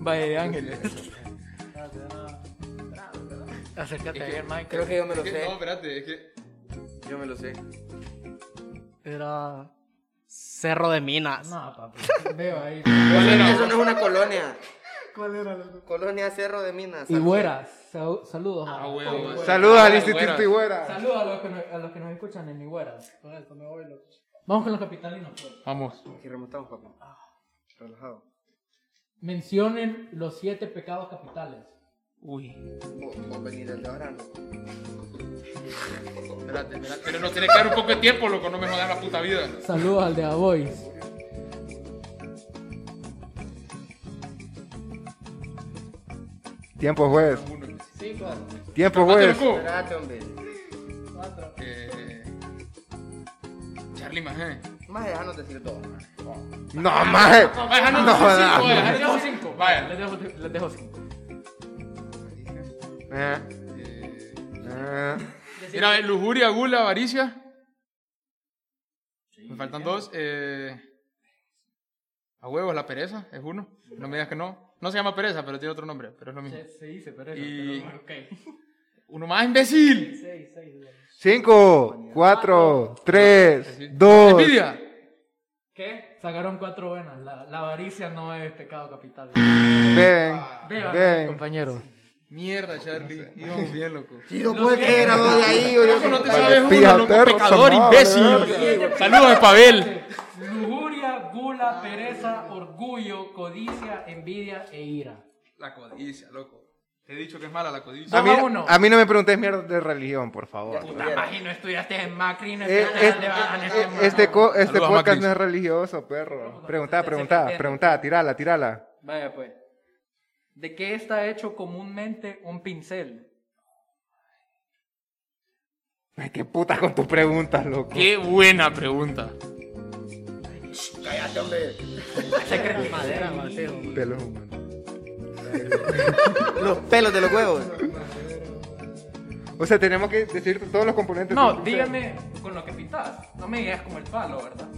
Speaker 3: Valle de Ángeles. Acércate bien, Mike.
Speaker 4: Creo que yo me lo
Speaker 5: Es que- No,
Speaker 4: sé.
Speaker 5: espérate, es que.
Speaker 4: Yo me lo sé.
Speaker 3: Era
Speaker 8: Cerro de Minas.
Speaker 3: No, papi. Veo ahí.
Speaker 4: Eso no es una colonia. Colonia Cerro de Minas.
Speaker 3: Y güeras, sa- saludos. a-
Speaker 6: Saludos al
Speaker 5: Ah,
Speaker 6: Instituto
Speaker 5: güeras.
Speaker 6: Iguera.
Speaker 3: Saludos a los que nos, a los que nos escuchan en Igueras. Con esto me voy, loco. Vamos con los capitalinos. pues.
Speaker 5: Vamos.
Speaker 4: Aquí remontamos, papá. Relajado.
Speaker 3: Mencionen los siete pecados capitales.
Speaker 5: Uy.
Speaker 4: Vamos a venir el de ahora, ¿no?
Speaker 5: Espérate, espérate. Pero nos tiene que dar un poco de tiempo, loco. No me jodas la puta vida.
Speaker 6: Ah,
Speaker 3: Saludos al de Abois.
Speaker 6: Tiempo, juez. Tiempo,
Speaker 5: Date,
Speaker 6: juez.
Speaker 5: loco.
Speaker 4: Espérate, hombre.
Speaker 5: Eh, Charlie Majé.
Speaker 4: Más déjanos decir dos.
Speaker 6: No, maje.
Speaker 5: No, vaya,
Speaker 6: No,
Speaker 5: no, no,
Speaker 6: no.
Speaker 5: cinco, vaya, no, cinco. Vaya.
Speaker 3: Les dejo, les dejo cinco.
Speaker 6: Eh,
Speaker 5: Eh,
Speaker 6: eh.
Speaker 5: Mira, a ver, lujuria, gula, avaricia. Me faltan dos. eh, a huevos, la pereza, es uno. No me digas que no. No se llama pereza, pero tiene otro nombre, pero es lo mismo.
Speaker 3: Se, se dice, pero
Speaker 5: Y-
Speaker 3: pero bueno, ok.
Speaker 5: Uno más, imbécil.
Speaker 3: Seis, seis. bueno.
Speaker 6: Cinco, cuatro, tres,
Speaker 5: Sí.
Speaker 6: dos.
Speaker 5: Envidia.
Speaker 3: ¿Qué? Sacaron cuatro buenas. La, la avaricia no es pecado capital.
Speaker 6: Ven,
Speaker 3: Vean,
Speaker 6: ven.
Speaker 3: compañeros.
Speaker 5: Mierda, Charlie. Íbamos bien, loco.
Speaker 4: Sí, no puede creer a dos de ahí. o
Speaker 5: Loco,
Speaker 4: yo-
Speaker 5: no te
Speaker 6: Vale,
Speaker 5: sabes
Speaker 6: pija,
Speaker 5: uno, loco,
Speaker 6: perro,
Speaker 5: pecador,
Speaker 6: tomado,
Speaker 5: imbécil. Saludos de Pavel.
Speaker 3: Lujuria, gula, pereza, orgullo, codicia, envidia e ira.
Speaker 5: La codicia, loco. Te he dicho que es mala la codicia.
Speaker 6: A mí,
Speaker 3: Toma uno.
Speaker 6: a mí no me preguntes mierda de religión, por favor.
Speaker 3: Imagino, estudiaste en Macri, no
Speaker 6: Eh,
Speaker 3: estudiaste
Speaker 6: es-
Speaker 3: en Alemania,
Speaker 6: eh,
Speaker 3: no.
Speaker 6: Este, co- este
Speaker 5: Saludos a
Speaker 6: podcast
Speaker 5: Macris.
Speaker 6: no es religioso, perro. Preguntá, preguntá, preguntá, tirala, tirala.
Speaker 3: Vaya pues. ¿De qué está hecho comúnmente un pincel?
Speaker 6: Ay, qué puta con tus preguntas, loco.
Speaker 5: Qué buena pregunta.
Speaker 4: Cállate, hombre.
Speaker 8: Madera, Mateo.
Speaker 6: Pelos humanos.
Speaker 4: Los pelos de los huevos.
Speaker 6: O sea, tenemos que decir todos los componentes.
Speaker 3: No,
Speaker 6: de-
Speaker 3: dígame con lo que pintas. No me digas como el palo, ¿verdad?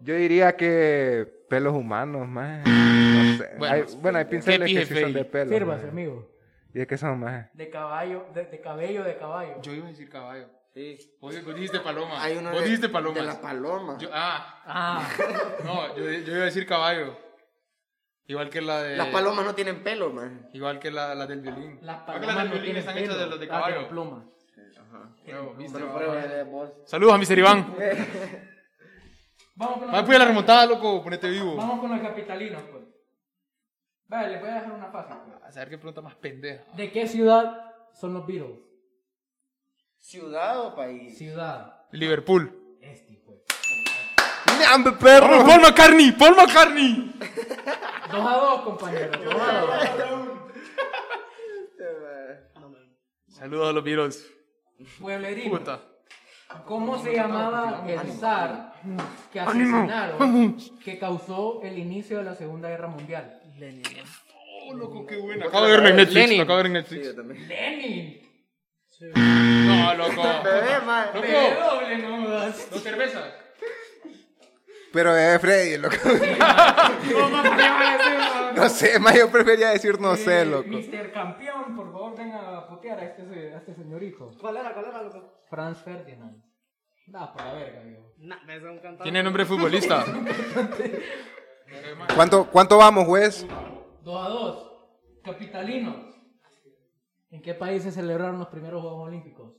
Speaker 6: Yo diría que pelos humanos, más. No sé.
Speaker 5: Bueno,
Speaker 6: Hay- bueno, hay pinceles
Speaker 5: pije
Speaker 6: que sí son
Speaker 5: fey.
Speaker 6: de pelo.
Speaker 3: Sírvase,
Speaker 6: maje.
Speaker 3: amigo.
Speaker 6: ¿Y es que son más?
Speaker 3: De caballo, de, de cabello de caballo.
Speaker 5: Yo iba a decir caballo.
Speaker 4: Sí.
Speaker 5: Vos, vos dijiste paloma.
Speaker 4: Hay uno
Speaker 5: vos
Speaker 4: de,
Speaker 5: dijiste paloma.
Speaker 4: de la paloma.
Speaker 5: Yo- ah,
Speaker 3: Ah,
Speaker 5: no, yo, yo iba a decir caballo. Igual que la de.
Speaker 4: Las palomas no tienen pelo, man.
Speaker 5: Igual que la, la del violín.
Speaker 3: las
Speaker 5: Creo que las
Speaker 3: palomas
Speaker 5: del
Speaker 3: no
Speaker 5: violín
Speaker 3: tienen
Speaker 5: están hechas de los de
Speaker 3: pelo. Ah, tienen
Speaker 5: caballo.
Speaker 3: plumas.
Speaker 5: Huevo, ¿viste?
Speaker 4: Pero pruébale vos.
Speaker 5: Saludos a Mister Iván.
Speaker 3: Vamos con,
Speaker 5: Más
Speaker 3: los,
Speaker 5: fui a la remontada, loco, ponete vivo.
Speaker 3: vamos con los capitalinos, pues. Vale, les voy a dejar una fácil. pues.
Speaker 5: A saber qué pregunta más pendeja.
Speaker 3: ¿De qué ciudad son los Beatles?
Speaker 4: ¿Ciudad o país?
Speaker 3: Ciudad.
Speaker 5: Liverpool.
Speaker 3: Este, pues.
Speaker 6: ¡Hambre, perro!
Speaker 5: ¡Vamos, Paul McCartney! ¡Paul McCartney!
Speaker 3: Dos a dos, compañeros. Dos a dos.
Speaker 5: Saludos a los Beatles.
Speaker 3: Pueblerino.
Speaker 5: Puta.
Speaker 3: ¿Cómo se llamaba el zar que asesinaron que causó el inicio de la Segunda Guerra Mundial?
Speaker 5: Oh, loco, qué buena. Acabo de verlo en Netflix.
Speaker 8: Lenin.
Speaker 5: lo acabo de ver en
Speaker 4: Sí, yo
Speaker 5: Netflix.
Speaker 4: también.
Speaker 3: ¡Lenin!
Speaker 5: No, loco.
Speaker 4: Bebé, man.
Speaker 3: ¡Pero
Speaker 5: Loco.
Speaker 3: doble no das!
Speaker 5: ¿Dos cervezas?
Speaker 6: Pero es Freddy, loco. No sé, más yo prefería decir no sé, loco.
Speaker 3: Eh, Mister Campeón, por favor, venga a putear a este, se- a este señorito.
Speaker 8: ¿Cuál era? ¿Cuál era, loco?
Speaker 3: Franz Ferdinand. Da, por la verga, yo.
Speaker 8: Nah, me un cantante.
Speaker 5: Tiene nombre de futbolista.
Speaker 6: ¿Cuánto, ¿Cuánto vamos, juez?
Speaker 3: Dos a dos. Capitalinos. ¿En qué país se celebraron los primeros Juegos Olímpicos?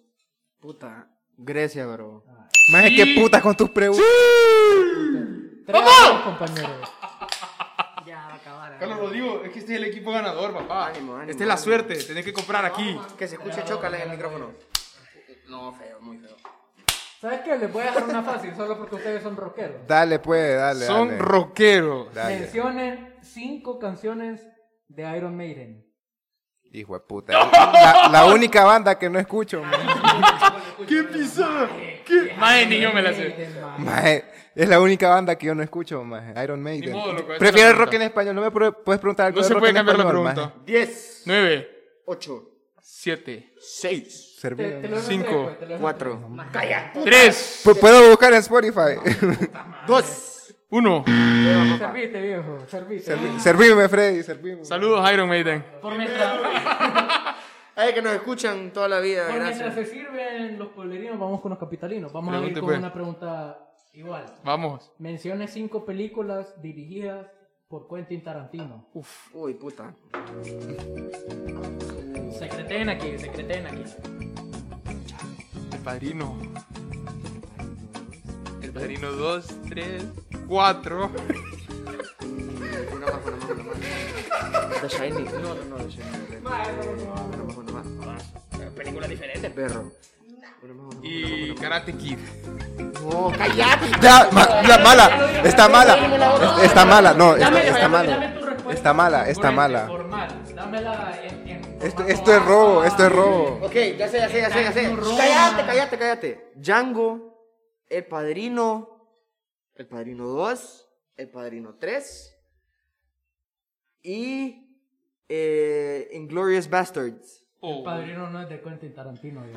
Speaker 4: Puta. Grecia, bro.
Speaker 6: Más es que putas con tus preguntas.
Speaker 3: Tres a dos, compañeros.
Speaker 8: Ya va a acabar.
Speaker 5: Carlos Rodrigo, es que este es el equipo ganador, papá.
Speaker 4: Ánimo, ánimo,
Speaker 5: Esta es la
Speaker 4: ánimo.
Speaker 5: suerte, tenés que comprar aquí.
Speaker 4: Que se escuche chocala en el micrófono. No, feo, muy feo.
Speaker 3: ¿Sabes qué? Les voy a dejar una fácil, solo porque ustedes son rockeros.
Speaker 6: Dale, pues, dale.
Speaker 5: Son
Speaker 6: dale.
Speaker 5: rockeros.
Speaker 6: Dale.
Speaker 3: Mencionen cinco canciones de Iron Maiden.
Speaker 6: Hijo de puta. La, la única banda que no escucho, man.
Speaker 5: ¡Qué pisada! ¿Qué? Madre niño me la sé.
Speaker 3: Maiden, ma.
Speaker 6: Maje, Es la única banda que yo no escucho, más. Iron Maiden.
Speaker 5: Ni modo, loco, esa
Speaker 6: Prefiero
Speaker 5: es
Speaker 6: el
Speaker 5: la
Speaker 6: rock en español. No me pro- puedes preguntar algo
Speaker 5: No
Speaker 6: de
Speaker 5: se
Speaker 6: rock
Speaker 5: puede
Speaker 6: en
Speaker 5: cambiar la
Speaker 6: español,
Speaker 5: pregunta.
Speaker 6: maje.
Speaker 4: 10,
Speaker 5: 9,
Speaker 4: 8,
Speaker 5: 7,
Speaker 4: 6,
Speaker 3: Te-
Speaker 6: Servido.
Speaker 3: te lo dejo
Speaker 5: Cinco.
Speaker 3: tres, pues, te lo dejo
Speaker 4: 4,
Speaker 5: 3,
Speaker 6: Pu- Puedo buscar en Spotify.
Speaker 4: 2.
Speaker 5: 1.
Speaker 3: tres. Servite, viejo, servite.
Speaker 6: Servíme, Freddy, servime.
Speaker 5: Saludos, Iron Maiden.
Speaker 3: Por nuestra,
Speaker 4: Hay que nos escuchan toda la vida,
Speaker 3: Bueno, mientras
Speaker 4: gracias.
Speaker 3: se sirven los pueblerinos, vamos con los capitalinos. Vamos a
Speaker 5: Pregunte,
Speaker 3: ir con
Speaker 5: pues.
Speaker 3: una pregunta igual.
Speaker 5: Vamos.
Speaker 3: Mencione cinco películas dirigidas por Quentin Tarantino.
Speaker 6: Uh.
Speaker 4: Uy, puta.
Speaker 3: Secreten aquí, secreten aquí.
Speaker 5: El padrino. El padrino 2, 3, 4.
Speaker 4: Una más, una más, una más. The Shining. No, no, no, The Shining. Una más, una más, una más.
Speaker 3: Películas diferentes.
Speaker 4: Perro. Una más, una más,
Speaker 5: Y Karate Kid.
Speaker 4: No, cállate.
Speaker 6: Ya, ma- la mala, está mala, es- está mala, no, está,
Speaker 3: Dame,
Speaker 6: está
Speaker 3: dame, dame
Speaker 6: mala,
Speaker 3: tu respuesta.
Speaker 6: está mala, está
Speaker 3: Correcto,
Speaker 6: mala.
Speaker 3: Formal. Dámela en, en
Speaker 6: Esto,
Speaker 3: formato
Speaker 6: esto es robo,
Speaker 3: A.
Speaker 6: esto es robo.
Speaker 4: Ok, ya sé, ya sé, ya sé, ya sé.
Speaker 3: Roma.
Speaker 4: Cállate, cállate, cállate. Django, El Padrino, El Padrino 2, El Padrino 3 y eh, Inglorious Bastards.
Speaker 5: Oh.
Speaker 3: Padrino no es de Quentin Tarantino. yo.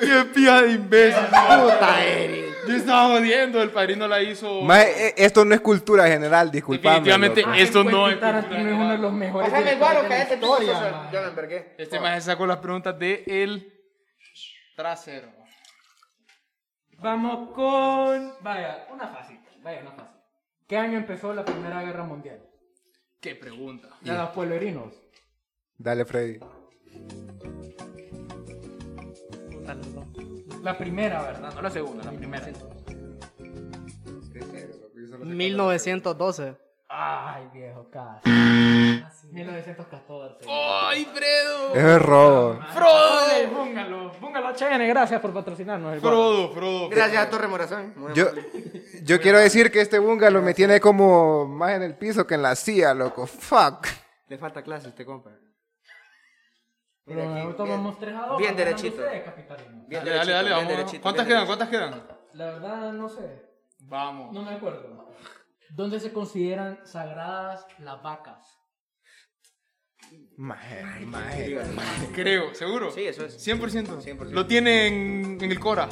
Speaker 5: ¡Qué pía de imbécil!
Speaker 4: Puta, Eric.
Speaker 5: Yo estaba jodiendo, el padrino la hizo.
Speaker 6: Ma, eh, esto no es cultura general, disculpame.
Speaker 5: Definitivamente
Speaker 6: loco.
Speaker 5: esto no es.
Speaker 3: Ah, Quentin Tarantino es uno de los mejores.
Speaker 4: Pásame
Speaker 3: directores
Speaker 4: el guaro,
Speaker 3: de la
Speaker 4: cállate tú.
Speaker 3: historia,
Speaker 4: Sosa.
Speaker 3: man.
Speaker 4: Ya me envergué.
Speaker 5: Este más sacó las preguntas de el trasero.
Speaker 3: Vamos con. Vaya, una fácil. Vaya, una fácil. ¿Qué año empezó la Primera Guerra Mundial?
Speaker 5: Qué pregunta.
Speaker 3: De los pueblerinos.
Speaker 6: Dale, Freddy.
Speaker 3: La primera, ¿verdad? No la segunda, la primera.
Speaker 8: 1912.
Speaker 3: Ay, viejo, casi. 1914.
Speaker 5: ¡Ay, Fredo!
Speaker 6: Eso es robo.
Speaker 3: ¡Frodo! Búngalo, búngalo, Chene, gracias por patrocinarnos. el guaro.
Speaker 5: Frodo, Frodo.
Speaker 4: Gracias a Torre Morazán. Muy
Speaker 6: Yo, yo quiero decir que este bungalow me tiene como más en el piso que en la silla, loco. Fuck.
Speaker 4: Le falta clase este compa.
Speaker 3: Pero
Speaker 4: Mira aquí,
Speaker 3: ahorita
Speaker 4: bien-
Speaker 3: vamos tres a dos,
Speaker 4: Bien
Speaker 3: ganando
Speaker 4: derechito.
Speaker 3: ustedes, capitalinos.
Speaker 4: Bien
Speaker 5: Dale, dale, dale,
Speaker 4: derechito,
Speaker 5: vamos.
Speaker 4: bien derechito,
Speaker 5: ¿Cuántas
Speaker 4: bien
Speaker 5: quedan? ¿Cuántas quedan?
Speaker 3: La verdad, no sé.
Speaker 5: Vamos.
Speaker 3: No me acuerdo. ¿Dónde se consideran sagradas las vacas?
Speaker 6: Maje, maje.
Speaker 5: Creo, seguro.
Speaker 4: Sí, eso es.
Speaker 5: 100%.
Speaker 4: 100%.
Speaker 5: Lo tiene en, en el Cora.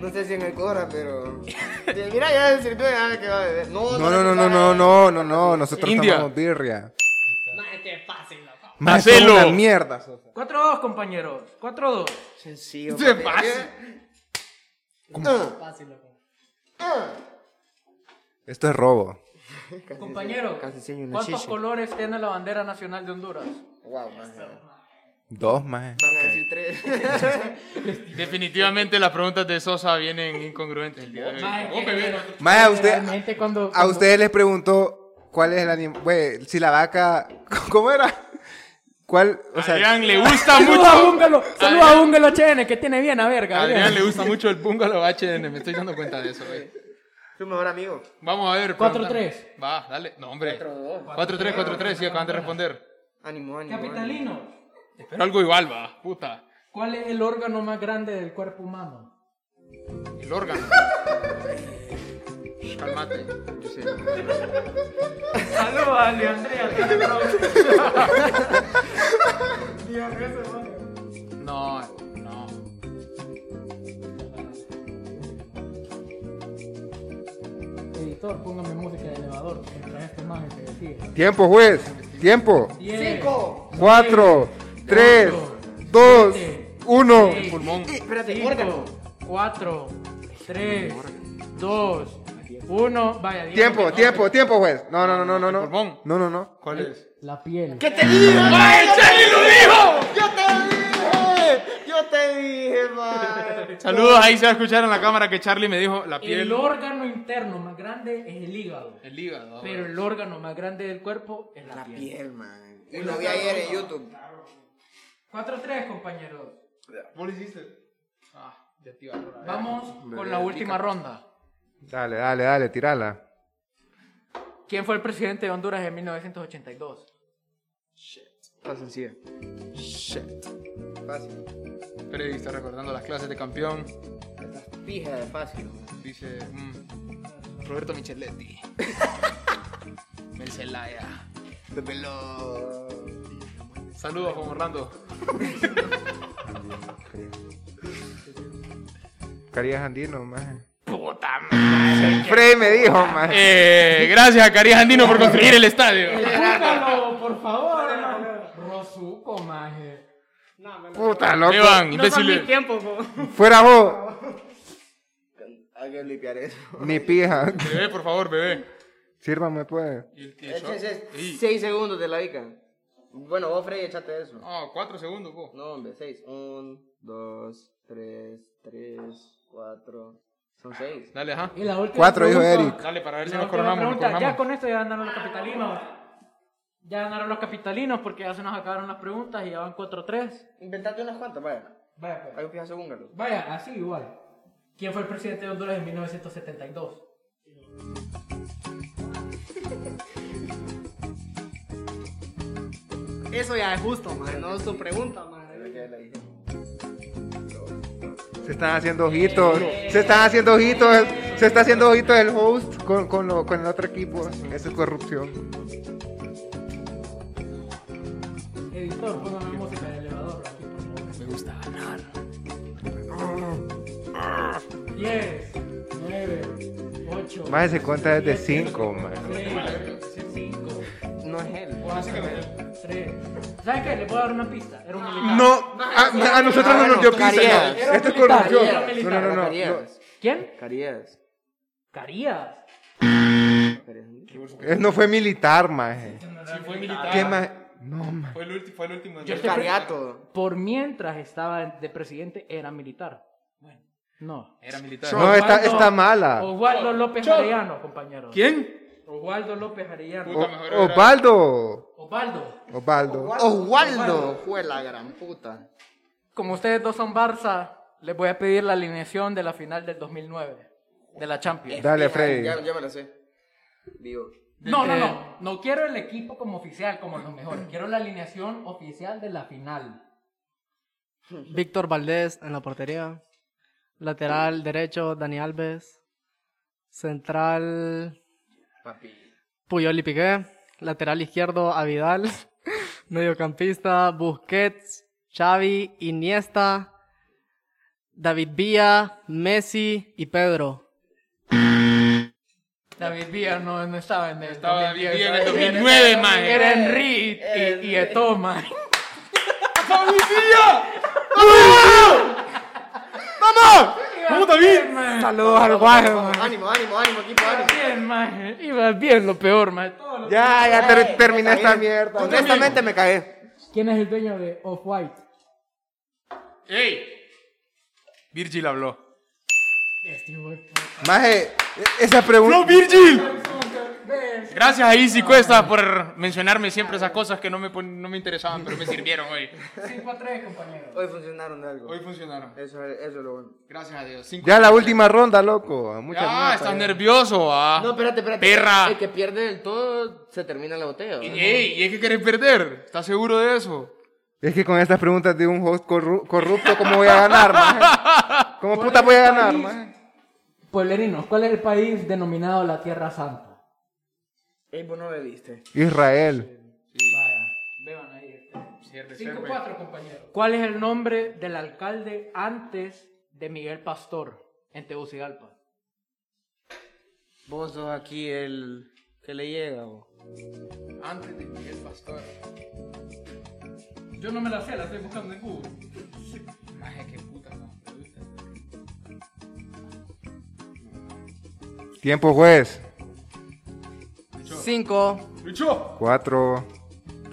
Speaker 4: No sé si en el Cora, pero. Mira, ya el sirvió, ya que va a beber. No,
Speaker 6: No, no, no, no, no, no, no, no. Nosotros
Speaker 5: India.
Speaker 6: tomamos birria.
Speaker 8: Qué fácil, loco.
Speaker 6: Maje, son
Speaker 5: Hacelo.
Speaker 6: una mierda. Sosa.
Speaker 3: 4-2, compañeros. 4-2.
Speaker 4: Sencillo.
Speaker 5: Esto es
Speaker 4: papi.
Speaker 5: fácil.
Speaker 4: Ah,
Speaker 8: Fácil, loco.
Speaker 4: ah.
Speaker 6: Esto es robo.
Speaker 4: Casi
Speaker 3: Compañeros,
Speaker 4: enseño- Casi enseño una
Speaker 3: ¿cuántos
Speaker 4: chichi.
Speaker 3: colores tiene la bandera nacional de Honduras?
Speaker 4: Wow, man.
Speaker 6: Dos, maje.
Speaker 4: Van a decir tres.
Speaker 5: Definitivamente las preguntas de Sosa vienen incongruentes el día de hoy. Oh, bebé, no.
Speaker 6: Maje, a usted,
Speaker 3: Realmente cuando,
Speaker 6: a
Speaker 3: cuando-
Speaker 6: ustedes les preguntó cuál es el animal. Güey, si la vaca. ¿Cómo era? ¿Cuál? O sea,
Speaker 5: Adrián le gusta
Speaker 3: Saluda a
Speaker 5: mucho.
Speaker 3: Búngalo, saluda a Búngalo HN, que tiene bien a verga.
Speaker 5: Adrián le gusta mucho el bungalow HN. Me estoy dando cuenta de eso, güey.
Speaker 4: Tu mejor amigo.
Speaker 5: Vamos a ver.
Speaker 3: 4-3.
Speaker 5: pregunta- Va, dale. No, hombre.
Speaker 4: 4-2.
Speaker 5: 4-3, 4-3. Sí, acaban de responder.
Speaker 4: Ánimo, ánimo. ánimo.
Speaker 3: Capitalino,
Speaker 5: Pero algo igual, va. Puta.
Speaker 3: ¿cuál es el órgano más grande del cuerpo humano?
Speaker 5: El órgano. Shh, Calmate.
Speaker 4: Yo sé.
Speaker 3: Saluda a Leandrea.
Speaker 5: No, no.
Speaker 3: Editor, póngame música de elevador. Mientras este maje se decide.
Speaker 6: Tiempo, juez. Tiempo.
Speaker 3: Cinco.
Speaker 6: Cuatro, tres, dos, uno.
Speaker 5: El pulmón.
Speaker 4: Espérate, órgano.
Speaker 3: 5, 4, 3, 2, 1. Vaya, dígame
Speaker 6: Tiempo,
Speaker 3: que-
Speaker 6: tiempo, tiempo, juez. No, no, no, no, no.
Speaker 5: El pulmón.
Speaker 6: No, no, no. no.
Speaker 5: ¿Cuál es?
Speaker 3: La piel.
Speaker 4: ¿Qué te dije?
Speaker 5: ¡Ay,
Speaker 4: man?
Speaker 5: Chely lo dijo!
Speaker 4: ¡Yo te dije! ¡Yo te dije, man!
Speaker 5: Saludos, ahí se va a escuchar en la cámara que Charlie me dijo la piel.
Speaker 3: El órgano interno más grande es el hígado.
Speaker 5: El hígado.
Speaker 3: Pero el órgano más grande del cuerpo es la,
Speaker 4: La
Speaker 3: piel.
Speaker 4: piel, man. Y lo vi ayer en YouTube.
Speaker 3: 4-3, compañeros.
Speaker 5: ¿Vos lo hiciste? Ah, ya te iba a acordar.
Speaker 3: Vamos con la última ronda.
Speaker 6: Dale, dale, dale, tirala.
Speaker 3: ¿Quién fue el presidente de Honduras en 1982?
Speaker 4: Está sencillo. Shit. Fácil.
Speaker 5: Freddy está recordando las clases de campeón.
Speaker 4: Pija de fácil, man.
Speaker 5: Dice. mm, Roberto Micheletti. Mel Zelaya.
Speaker 4: Pepelo.
Speaker 5: Saludos, Juan Orlando.
Speaker 6: Carías andino, maje.
Speaker 5: ¡Puta!
Speaker 6: puta madre. Frey me dijo, man.
Speaker 5: Eh, gracias a Carías Andino por construir el estadio.
Speaker 3: Escúchalo, por favor, hermano. Rosuco, maje.
Speaker 8: No, me lo-
Speaker 6: Puta, loco.
Speaker 5: Evan,
Speaker 8: No son mis
Speaker 5: imbécil.
Speaker 8: tiempos, po.
Speaker 6: Fuera vos.
Speaker 4: Hay que limpiar eso.
Speaker 6: Ni pija.
Speaker 5: Bebé, por favor, bebé.
Speaker 6: Sírvame, pues.
Speaker 5: Y el tío Shot.
Speaker 4: Échense
Speaker 5: Sí.
Speaker 4: 6 segundos de la bica. Bueno, vos, Freddy, échate eso.
Speaker 5: No, cuatro segundos, po.
Speaker 4: No, hombre, 6. 1, 2, 3, 3, 4. Son 6.
Speaker 5: Dale, ajá.
Speaker 3: Y la última
Speaker 6: Cuatro, dijo
Speaker 3: pregunta-
Speaker 6: Eric.
Speaker 5: Dale, para ver si
Speaker 3: la
Speaker 5: nos
Speaker 3: última
Speaker 5: coronamos. nos
Speaker 3: pregunta, ya
Speaker 5: coronamos.
Speaker 3: con esto ya ganaron los capitalinos. Ya ganaron los capitalinos porque ya se nos acabaron las preguntas y ya van 4-3.
Speaker 4: Inventate unas cuantas, vaya.
Speaker 3: Vaya, pues.
Speaker 4: Hay un pijazo húngaro.
Speaker 3: Vaya, así igual. ¿Quién fue el presidente de Honduras en 1972?
Speaker 8: Eso ya es justo, man. No es su pregunta, man.
Speaker 6: Se están haciendo ojitos. Se están haciendo ojitos. el- Se está haciendo ojitos el host con, con, lo- con el otro equipo. Eso es corrupción.
Speaker 3: Editor, póngame música del elevador. Aquí, por favor.
Speaker 5: Me gusta ganar.
Speaker 3: 10, 9, 8.
Speaker 6: Más se cuenta desde 5, man.
Speaker 3: 5,
Speaker 4: No es él.
Speaker 3: 4, 3. ¿Sabes qué? Le puedo dar una pista. Era un militar.
Speaker 6: No, Ah, a, a nosotros no nos dio pizza.
Speaker 4: Carías.
Speaker 6: no. Esto es corrupción.
Speaker 3: Era
Speaker 6: No,
Speaker 3: militar,
Speaker 6: no, no, no. no.
Speaker 4: Carías.
Speaker 3: ¿Quién?
Speaker 4: Carías.
Speaker 3: Carías.
Speaker 4: Carías.
Speaker 6: Él no fue militar, maje.
Speaker 5: Sí, Ah, fue militar.
Speaker 6: ¿Qué más? No, maje.
Speaker 5: Fue el, ulti- fue el último.
Speaker 4: El cariato.
Speaker 3: Por mientras estaba de presidente, era militar. No.
Speaker 5: Era militar.
Speaker 6: No, está,
Speaker 3: Osvaldo- Oh,
Speaker 6: está mala.
Speaker 3: Osvaldo López Arellano, compañero.
Speaker 5: ¿Quién?
Speaker 3: Osvaldo López Arellano.
Speaker 5: Puta,
Speaker 6: O-
Speaker 5: mejor era-
Speaker 6: Osvaldo.
Speaker 3: Osvaldo.
Speaker 6: Osvaldo.
Speaker 4: Oswaldo fue la gran puta.
Speaker 3: Como ustedes dos son Barça, les voy a pedir la alineación de la final del 2009. De la Champions.
Speaker 6: Dale,
Speaker 4: Ya,
Speaker 6: Freddy.
Speaker 4: Ya, ya me lo sé. Digo.
Speaker 3: No, no, no. No quiero el equipo como oficial, como los mejores. Quiero la alineación oficial de la final.
Speaker 7: Víctor Valdés en la portería. Lateral derecho, Dani Alves. Central,
Speaker 4: Papi.
Speaker 7: Puyol y Piqué. Lateral izquierdo, Avidal. Mediocampista, Busquets, Xavi, Iniesta, David Villa, Messi y Pedro.
Speaker 3: David Villa no, no estaba en el
Speaker 5: Estaba David
Speaker 3: 2010,
Speaker 5: Villa en el
Speaker 3: ¿sabes?
Speaker 5: 2009, man.
Speaker 3: Era Henry y, y, y Eto'o, man.
Speaker 5: ¡Vamos, David!
Speaker 6: Saludos al guaje, maje.
Speaker 4: Ánimo, ánimo, ánimo, equipo, ánimo.
Speaker 3: Bien, man. Iba bien, lo peor, man. Todo lo-
Speaker 6: Ya, ya ter- terminé esta mierda.
Speaker 4: Honestamente me cagué.
Speaker 3: ¿Quién es el dueño de Off-White?
Speaker 5: ¡Ey! Virgil habló.
Speaker 6: Maje, esa pregunta.
Speaker 5: Virgil! Gracias a Easy Cuesta por mencionarme siempre esas cosas que no me, pon- no me interesaban, pero me sirvieron hoy.
Speaker 3: 5 a 3, compañero.
Speaker 4: Hoy funcionaron de algo.
Speaker 5: Hoy funcionaron.
Speaker 4: Eso es, eso es lo bueno.
Speaker 5: Gracias a Dios. Cinco-
Speaker 6: Ya la última ronda, loco. A muchas
Speaker 5: Ah,
Speaker 6: notas,
Speaker 5: estás
Speaker 6: ya.
Speaker 5: nervioso, ah.
Speaker 4: No, espérate, espérate.
Speaker 5: Perra.
Speaker 4: El que pierde del todo se termina la botella. ¿verdad?
Speaker 5: Ey, ¿y es que querés perder? ¿Estás seguro de eso?
Speaker 6: Es que con estas preguntas de un host corru- corrupto, ¿cómo voy a ganar, maje? ¿Cómo puta voy a ganar, maje?
Speaker 3: Pueblerinos, ¿cuál es el país denominado la Tierra Santa?
Speaker 4: Ey, vos no bebiste.
Speaker 6: Israel.
Speaker 3: Vaya, beban ahí. 5-4, compañero. ¿Cuál es el nombre del alcalde antes de Miguel Pastor en Tegucigalpa?
Speaker 4: Vos sos aquí el que le llega, vos.
Speaker 5: Antes de Miguel Pastor.
Speaker 3: Yo no me la sé, la estoy buscando en Google.
Speaker 5: Maje, qué puta, no. me gusta.
Speaker 6: Tiempo, juez.
Speaker 7: 5,
Speaker 5: ¡Lucho!
Speaker 6: Cuatro,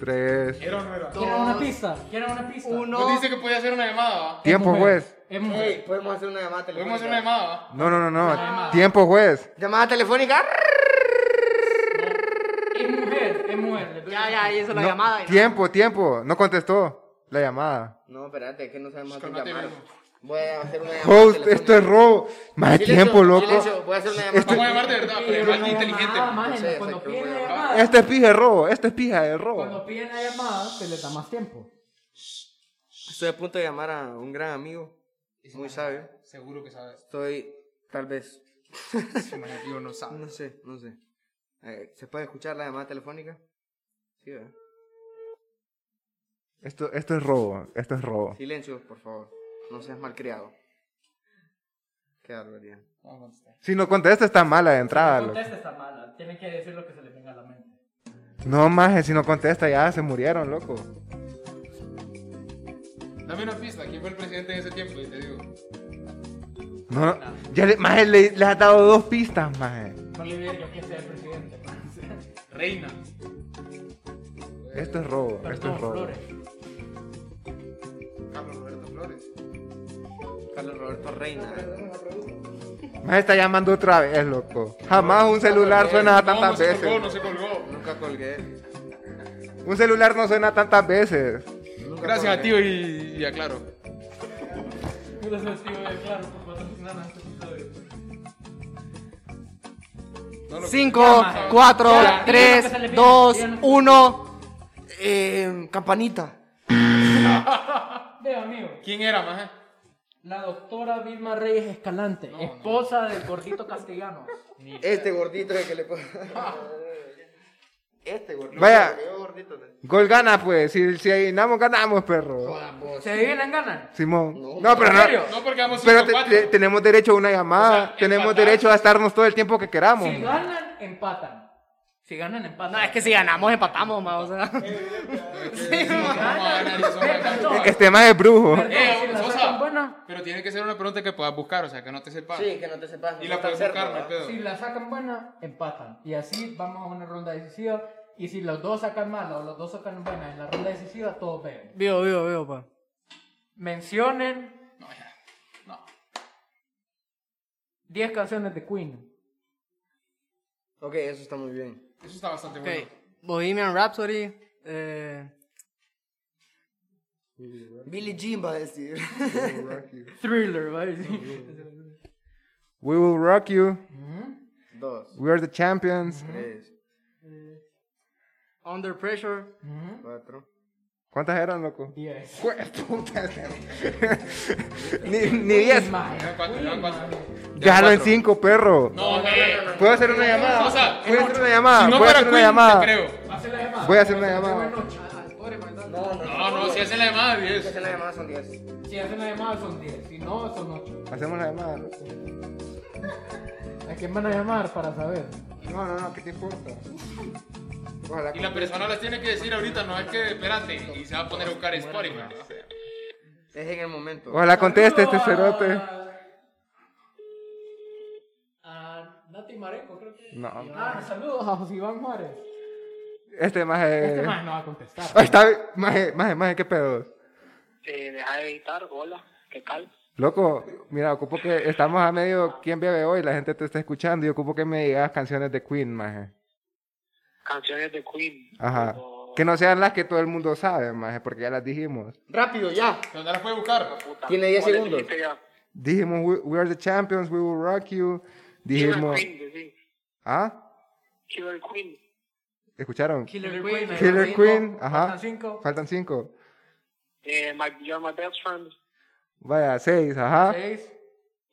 Speaker 6: tres.
Speaker 5: ¿Era o no era?
Speaker 3: ¿Quieren una pista? ¿Quieren una pista?
Speaker 5: Vos dice que podía hacer una llamada, ¿va?
Speaker 6: Tiempo, pues. juez.
Speaker 3: Es mujer.
Speaker 4: Ey, podemos hacer una llamada telefónica.
Speaker 5: Podemos hacer una llamada, ¿va?
Speaker 6: No, no, no, no. Tiempo, juez.
Speaker 4: Llamada telefónica.
Speaker 3: Es mujer, es mujer.
Speaker 7: Ya, ya, y eso la
Speaker 6: No,
Speaker 7: llamada. y-
Speaker 6: Tiempo, tiempo. No contestó la llamada.
Speaker 4: No, espérate, es que no sabemos a quién
Speaker 5: Cálmate,
Speaker 4: llamar.
Speaker 5: viejo.
Speaker 4: Voy a hacer una llamada.
Speaker 6: Host,
Speaker 4: telefónica.
Speaker 6: esto es robo. Más
Speaker 4: Silencio,
Speaker 6: tiempo, loco.
Speaker 4: silencio, Voy a hacer una llamada.
Speaker 5: Vamos a llamar de verdad, pero es inteligente.
Speaker 3: Más,
Speaker 4: sé,
Speaker 3: cuando
Speaker 4: sé que
Speaker 3: piden
Speaker 4: voy
Speaker 3: la
Speaker 4: a
Speaker 3: llamada,
Speaker 6: Esto es pija de robo. Esto es pija de robo.
Speaker 3: cuando piden la llamada, se les da más tiempo.
Speaker 4: Estoy a punto de llamar a un gran amigo. Muy sabio.
Speaker 5: Seguro que sabes.
Speaker 4: Estoy, tal vez.
Speaker 5: Imaginativo no sabe.
Speaker 4: No sé, no sé. Eh, ¿Se puede escuchar la llamada telefónica? Sí, ¿verdad?
Speaker 6: Esto, esto es robo. Esto es robo.
Speaker 4: Silencio, por favor. No seas malcriado. Qué barbaridad.
Speaker 5: No contesté.
Speaker 6: Si no contesta, está mala de entrada. loco.
Speaker 3: Contesta está mala. Tienen que decir lo que se les venga a la mente.
Speaker 6: No, maje, si no contesta, ya se murieron, loco.
Speaker 5: Dame una pista, ¿quién fue el presidente en ese tiempo? Y te digo.
Speaker 6: No, no. Ya le, maje, le, les has dado dos pistas, maje.
Speaker 3: No le digo yo que sea el presidente.
Speaker 5: Reina.
Speaker 6: Esto es robo, esto
Speaker 3: Perdón,
Speaker 6: es robo.
Speaker 3: Flores.
Speaker 5: Carlos Roberto Flores.
Speaker 4: Carlos Roberto Reina.
Speaker 6: Maje está llamando otra vez, loco. Jamás un celular suena
Speaker 5: No,
Speaker 6: tantas
Speaker 5: no se
Speaker 6: veces.
Speaker 5: colgó, no se colgó.
Speaker 4: Nunca colgué.
Speaker 6: Un celular no suena tantas veces.
Speaker 4: Nunca
Speaker 5: Gracias a
Speaker 4: colgué.
Speaker 5: tío y, y a Claro.
Speaker 3: Gracias, tío, de claro, por patrocinar a este episodio.
Speaker 5: No lo-
Speaker 4: 5,
Speaker 3: maje.
Speaker 4: 4,
Speaker 3: Ya, díganos que se le
Speaker 4: 3,
Speaker 3: pide,
Speaker 4: 2,
Speaker 3: díganos que-
Speaker 4: 1. Eh, campanita.
Speaker 3: Veo, amigo.
Speaker 5: ¿Quién era, maje?
Speaker 3: La doctora Vilma Reyes Escalante, esposa del gordito castellano.
Speaker 4: Este gordito es el que le puedo. este gordito.
Speaker 6: Vaya.
Speaker 4: porque yo gordito no-
Speaker 6: Gol gana, pues. Si, si ganamos, ganamos, perro.
Speaker 3: ¿Se adivinan ganas?
Speaker 6: Simón.
Speaker 4: No.
Speaker 6: No, pero no.
Speaker 3: serio?
Speaker 5: No, porque vamos Eh,
Speaker 6: Pero te-
Speaker 5: 5-4.
Speaker 6: te- tenemos derecho a una llamada.
Speaker 5: O sea,
Speaker 6: tenemos
Speaker 5: empatar.
Speaker 6: derecho a estarnos todo el tiempo que queramos.
Speaker 3: Si ganan, empatan. Si ganan, empatan.
Speaker 7: No, es que si ganamos, empatamos, ma, o sea.
Speaker 5: Vamos a ganar y somos acá.
Speaker 3: No,
Speaker 6: Este más es brujo.
Speaker 3: perdón,
Speaker 5: Eh,
Speaker 3: si las
Speaker 5: Sosa.
Speaker 3: dos son buenas,
Speaker 5: Pero tiene que ser una pregunta que puedas buscar, o sea, que no te sepas.
Speaker 4: Sí, que no te sepas.
Speaker 5: Y la puedes buscar, no hay pedo.
Speaker 3: Si la sacan buena, empatan. Y así vamos a una ronda decisiva. Y si los dos sacan mala o los dos sacan buena en la ronda decisiva, todos ven.
Speaker 7: Vivo, vivo, vivo, pa.
Speaker 3: Mencionen
Speaker 5: No, ya.
Speaker 3: 10 canciones de Queen.
Speaker 4: Ok, eso está muy bien.
Speaker 5: Eso está bastante
Speaker 7: Ok.
Speaker 5: bueno.
Speaker 7: Bohemian Rhapsody. Eh,
Speaker 4: Billy Jean va a decir.
Speaker 3: Thriller, va a decir.
Speaker 6: We will rock you.
Speaker 4: Dos,
Speaker 6: We are the champions.
Speaker 4: tres,
Speaker 7: Under Pressure.
Speaker 4: cuatro.
Speaker 6: ¿Cuántas eran, loco?
Speaker 3: 10.
Speaker 6: Pues, puta. ni, ni diez.
Speaker 3: ¿eh?
Speaker 5: Eran cuatro, eran cuatro.
Speaker 6: Déjalo en cinco, perro.
Speaker 5: No, no, no.
Speaker 6: ¿Puedo Ah, hacer una llamada?
Speaker 5: Sosa,
Speaker 6: Voy a hacer una
Speaker 5: Si
Speaker 6: llamada.
Speaker 5: no
Speaker 6: Voy a
Speaker 5: fuera
Speaker 6: hacer una
Speaker 5: Queen, te
Speaker 6: llamada.
Speaker 5: creo.
Speaker 6: Voy a hacer una llamada.
Speaker 5: No, no, si hacen la llamada, 10.
Speaker 4: La llamada son diez.
Speaker 3: Si hacen la llamada son 10. Si no, son 8.
Speaker 6: Hacemos la llamada. loco.
Speaker 3: ¿A quién van a llamar para saber?
Speaker 6: No, no, no, ¿qué te importa? Ojalá
Speaker 5: Y la persona las tiene que decir ahorita, no es que espérate y se va a poner a buscar Spotify. ¿no?
Speaker 4: Es en el momento.
Speaker 6: Ojalá conteste este cerote.
Speaker 3: A Ah, Nati Mareco, creo que.
Speaker 6: No.
Speaker 3: Ah, saludos a José Iván Juárez.
Speaker 6: Eh. Este maje.
Speaker 3: Este más no va a contestar.
Speaker 6: Ahí está, maje, maje, maje, qué pedo.
Speaker 9: Eh, deja de editar, hola, ¿qué tal?
Speaker 6: Loco, mira, ocupo que estamos a medio quién bebe hoy, la gente te está escuchando y ocupo que me digas canciones de Queen, maje.
Speaker 9: Canciones de Queen.
Speaker 6: Ajá. Que no sean las que todo el mundo sabe, maje, porque ya las dijimos.
Speaker 4: Rápido, ya.
Speaker 5: ¿Dónde las puede buscar?
Speaker 9: Puta,
Speaker 4: Tiene 10
Speaker 9: ¿cuál
Speaker 4: segundos.
Speaker 9: dijiste ya?
Speaker 6: Dijimos we, We are the champions, we will rock you.
Speaker 9: Killer
Speaker 6: Dijimos,
Speaker 9: Queen, decí.
Speaker 6: ¿ah?
Speaker 9: Killer Queen.
Speaker 6: ¿Escucharon?
Speaker 7: Killer Queen. eh.
Speaker 6: Killer Queen, ajá.
Speaker 3: Faltan cinco.
Speaker 6: Faltan cinco.
Speaker 9: Eh, my, you're my best friend.
Speaker 6: Vaya, seis, ajá.
Speaker 3: Seis.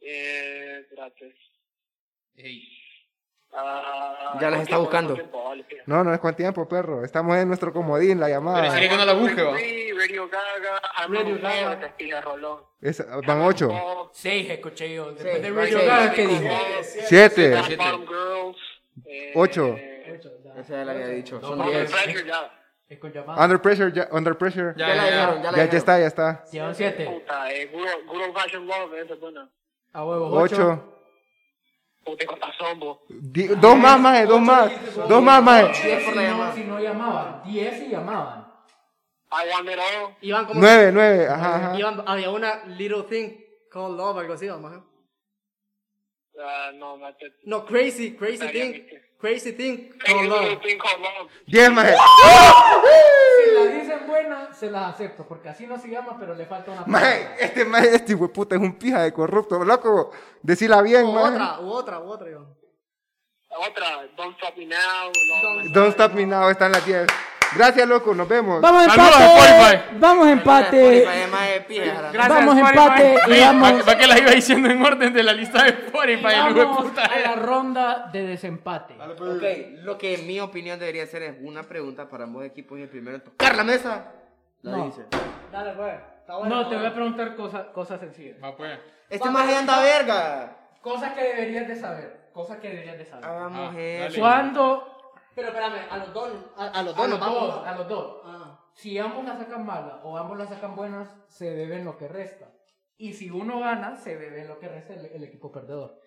Speaker 9: Eh, gracias.
Speaker 5: Ey.
Speaker 9: Ah,
Speaker 4: Ya las
Speaker 9: ¿con
Speaker 4: está
Speaker 9: qué-
Speaker 4: buscando.
Speaker 9: con qué tiempo? Vale, tía.
Speaker 6: No, no es con tiempo, perro. Estamos en nuestro comodín, la
Speaker 5: Pero
Speaker 6: llamada.
Speaker 5: si que no la busque, va.
Speaker 9: Sí, Radio Gaga, Arma
Speaker 3: Radio
Speaker 9: Mujer,
Speaker 3: Gaga.
Speaker 9: Castilla Rolón.
Speaker 6: Es- van ocho.
Speaker 9: Oh,
Speaker 3: Seis escuché yo. Después de
Speaker 4: Seis.
Speaker 3: Radio
Speaker 4: Seis.
Speaker 3: Gaga, ¿qué
Speaker 9: Seis.
Speaker 3: dije?
Speaker 6: Eh, Siete.
Speaker 9: Bad Bottom Girls. eh,
Speaker 6: Ocho.
Speaker 4: Esa ya la había dicho. Son
Speaker 9: Under
Speaker 4: diez.
Speaker 9: Pressure, ya.
Speaker 3: Es con llamada.
Speaker 6: Under pressure, ya, under pressure.
Speaker 4: Ya
Speaker 5: Ya,
Speaker 4: la
Speaker 5: ya, ya.
Speaker 4: dejaron, ya
Speaker 6: Ya,
Speaker 4: la
Speaker 6: ya,
Speaker 4: dejaron.
Speaker 6: está, ya está.
Speaker 3: Llevan siete.
Speaker 9: Puta, eh, Good Old- Good Old Fashioned Love, esa es buena.
Speaker 3: A huevo. Ocho.
Speaker 6: Ocho.
Speaker 9: Puta, con Tazombo.
Speaker 6: Di- dos más, maje, dos más. Dos más, maje.
Speaker 4: Diez por
Speaker 3: Si
Speaker 4: la
Speaker 3: no,
Speaker 4: llamada.
Speaker 3: si no llamaban. Diez si llamaban.
Speaker 9: I Want It All.
Speaker 7: Iban como.
Speaker 6: Nueve, nueve, ajá, ajá.
Speaker 7: Iban, había una Little Thing Called Love, algo así, maje.
Speaker 9: Ah, no, that's it.
Speaker 7: No, Crazy, Crazy
Speaker 9: Ah, ya
Speaker 7: Thing.
Speaker 9: viste.
Speaker 7: Crazy Thing Called
Speaker 9: Hey,
Speaker 7: Love.
Speaker 9: little thing called love.
Speaker 6: Diez, maje.
Speaker 3: Si la dicen buena, se las acepto, porque así no se llama, pero le falta una
Speaker 6: Maje, este maje, este hueputa es un pija de corrupto. Loco, decila bien,
Speaker 7: U
Speaker 6: maje.
Speaker 7: otra, u otra, u otra, yo.
Speaker 9: Otra, Don't Stop Me Now. Love.
Speaker 6: Don't stop me now, están las diez. Gracias, loco, nos vemos.
Speaker 3: Vamos
Speaker 5: Saludos a Spotify.
Speaker 3: Vamos empate.
Speaker 4: Además de pija.
Speaker 3: Vamos empate y vamos,
Speaker 5: Va, va que las iba diciendo en orden de la lista de Spotify, el hijo de
Speaker 3: vamos
Speaker 5: puta.
Speaker 3: a la ronda de desempate.
Speaker 4: Ok, lo que en mi opinión debería ser es una pregunta para ambos equipos y el primero en tocar la mesa. La
Speaker 3: No.
Speaker 4: dice.
Speaker 7: Dale, pues. Está bueno.
Speaker 3: No, te voy a preguntar cosas cosas sencillas.
Speaker 5: Va, pues.
Speaker 4: Este más anda verga.
Speaker 3: Cosas que deberías de saber. Cosas que deberías de saber.
Speaker 4: Hagamos
Speaker 5: Ah,
Speaker 4: eso.
Speaker 5: dale.
Speaker 3: ¿Cuándo?
Speaker 8: Pero espérame, a los dos. A, a los
Speaker 3: A
Speaker 4: Ah,
Speaker 8: dos
Speaker 3: los
Speaker 8: nos vamos.
Speaker 3: dos, a los dos.
Speaker 8: Ah,
Speaker 3: Si ambos la sacan mala o ambos la sacan buenas, se beben lo que resta. Y si uno gana, se bebe lo que resta el, el equipo perdedor.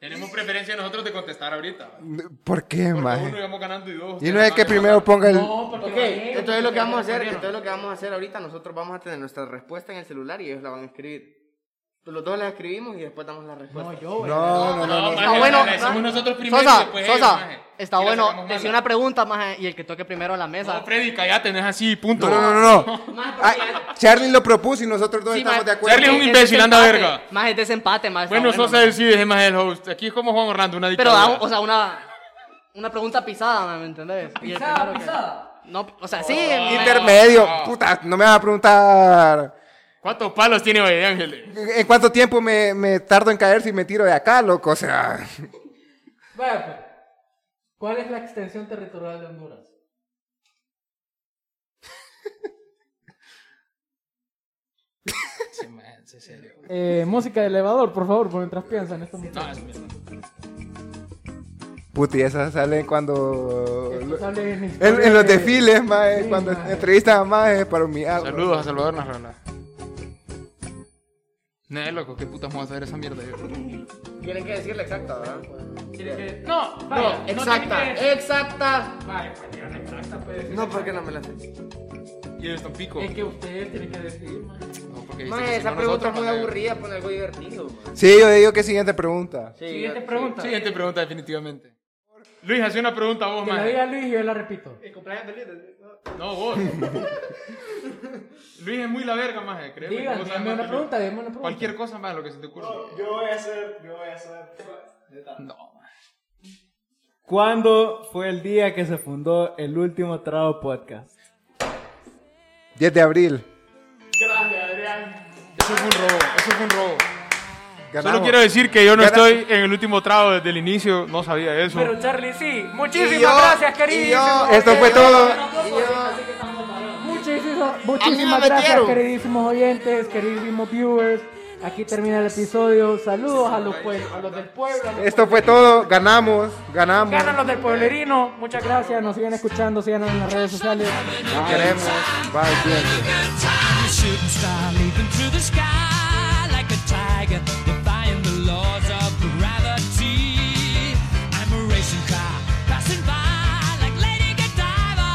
Speaker 5: Tenemos preferencia nosotros de contestar ahorita. ¿va?
Speaker 6: ¿Por qué,
Speaker 5: Porque uno
Speaker 6: maje?
Speaker 5: íbamos ganando y dos.
Speaker 6: Y
Speaker 5: ustedes
Speaker 6: no es que
Speaker 5: van
Speaker 6: primero ponga el...
Speaker 3: No, porque
Speaker 4: Ok,
Speaker 3: gané,
Speaker 4: entonces lo que vamos a hacer,
Speaker 3: perdieron.
Speaker 4: entonces lo que vamos a hacer ahorita, nosotros vamos a tener nuestra respuesta en el celular y ellos la van a escribir. Los dos la escribimos y después damos la respuesta.
Speaker 3: No, yo, güey.
Speaker 6: No, no, no, no.
Speaker 5: maje,
Speaker 8: bueno,
Speaker 5: la decimos nosotros primero y
Speaker 8: Sosa,
Speaker 5: después ellos,
Speaker 8: Sosa,
Speaker 5: maje.
Speaker 8: está
Speaker 5: Y la
Speaker 8: bueno.
Speaker 5: sacamos
Speaker 8: Te hice
Speaker 5: mala.
Speaker 8: una pregunta, maje, y el que toque primero la mesa.
Speaker 5: No, Freddy, cállate, no es así, punto.
Speaker 6: No, no, no, no. Ah, Charlie lo propuso y nosotros dos
Speaker 8: Sí,
Speaker 6: estamos
Speaker 8: maje,
Speaker 6: de acuerdo.
Speaker 5: Charlie es un
Speaker 8: es
Speaker 5: imbécil, anda
Speaker 8: desempate,
Speaker 5: verga.
Speaker 8: Maje, es desempate, maje. está
Speaker 5: Bueno, Sosa
Speaker 8: maje.
Speaker 5: decide, es más el host. Aquí es como Juan Orlando, una
Speaker 8: Pero,
Speaker 5: dictadura.
Speaker 8: da- o sea, una, una pregunta pisada, maje, ¿me entendés? Y el
Speaker 3: Pisada,
Speaker 8: primero que-
Speaker 3: pisada.
Speaker 8: No, o sea, sí. maje.
Speaker 6: Intermedio. Puta, no me vas a preguntar...
Speaker 5: ¿Cuántos palos tiene hoy, Ángeles?
Speaker 6: ¿En cuánto tiempo me, me tardo en caer si me tiro de acá, loco? O sea,
Speaker 3: Vaya, pues. ¿Cuál es la extensión territorial de Honduras? Eh, música de elevador, por favor, por mientras piensan esto.
Speaker 5: No, es mierda.
Speaker 6: puta, y esas salen cuando.
Speaker 3: en,
Speaker 6: En, en los desfiles, mae,
Speaker 3: Sí,
Speaker 6: cuando
Speaker 3: mae.
Speaker 6: entrevistan a mae para humillar.
Speaker 5: Saludos a Salvador Narrala. No, loco, qué putas vamos a hacer esa mierda yo.
Speaker 4: Tienen que decirle exacta, ¿verdad?
Speaker 3: No, vaya, no tiene que-
Speaker 4: exacta.
Speaker 3: Vaya, pues, digan exacta, pues.
Speaker 4: No, porque no me la sé.
Speaker 5: Y eres tan pico.
Speaker 3: Es que ustedes tienen que decidir, man.
Speaker 5: No, porque dice que
Speaker 4: Maje,
Speaker 5: si
Speaker 4: esa
Speaker 5: no
Speaker 4: pregunta
Speaker 5: nosotros,
Speaker 4: es muy
Speaker 5: maje.
Speaker 4: aburrida, pon algo divertido. maje.
Speaker 6: Sí, yo digo que siguiente pregunta.
Speaker 4: Sí,
Speaker 3: Siguiente
Speaker 4: sí.
Speaker 3: pregunta.
Speaker 5: Siguiente pregunta, definitivamente. Luis, hace una pregunta a vos,
Speaker 3: Que la
Speaker 5: maje.
Speaker 3: diga Luis y yo la repito.
Speaker 5: No, vos. Luis es muy la verga, maje, creo.
Speaker 3: Digan, dime una pregunta, dime una pregunta.
Speaker 5: Cualquier cosa más, lo que se te ocurra.
Speaker 10: Yo voy a hacer, yo voy a hacer.
Speaker 5: No, maje.
Speaker 10: ¿Cuándo fue el día que se fundó el último trago podcast?
Speaker 6: 10 de abril.
Speaker 5: Eso fue un robo, eso fue un robo.
Speaker 6: Ganamos.
Speaker 5: Solo quiero decir que yo no
Speaker 6: Ganamos.
Speaker 5: estoy en el último trago desde el inicio, no sabía eso.
Speaker 3: Pero Charlie, sí. Muchísimas
Speaker 6: Y yo-
Speaker 3: gracias,
Speaker 6: y
Speaker 3: queridísimo.
Speaker 6: yo- Esto fue todo.
Speaker 3: Muchísimas, muchísimas gracias, queridísimos oyentes, queridísimos viewers. Aquí termina el episodio. Saludos a los, pue- a los del pueblo. a los
Speaker 6: Esto fue todo. Ganamos,
Speaker 3: pueblerino.
Speaker 6: ganamos.
Speaker 3: Ganan los del pueblerino. Muchas gracias. Nos siguen escuchando. Sigan en las redes sociales.
Speaker 6: Nos queremos. Bye, cuídense.
Speaker 1: shooting star leaping through the sky like a tiger, defying the laws of gravity. I'm a racing car passing by like Lady Godiva.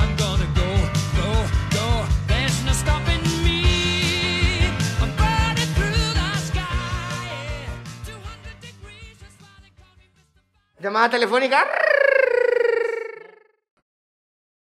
Speaker 1: I'm gonna go, go, go. There's no stopping me. I'm burning through the sky. 200 degrees. just like-
Speaker 4: Llamada telefónica.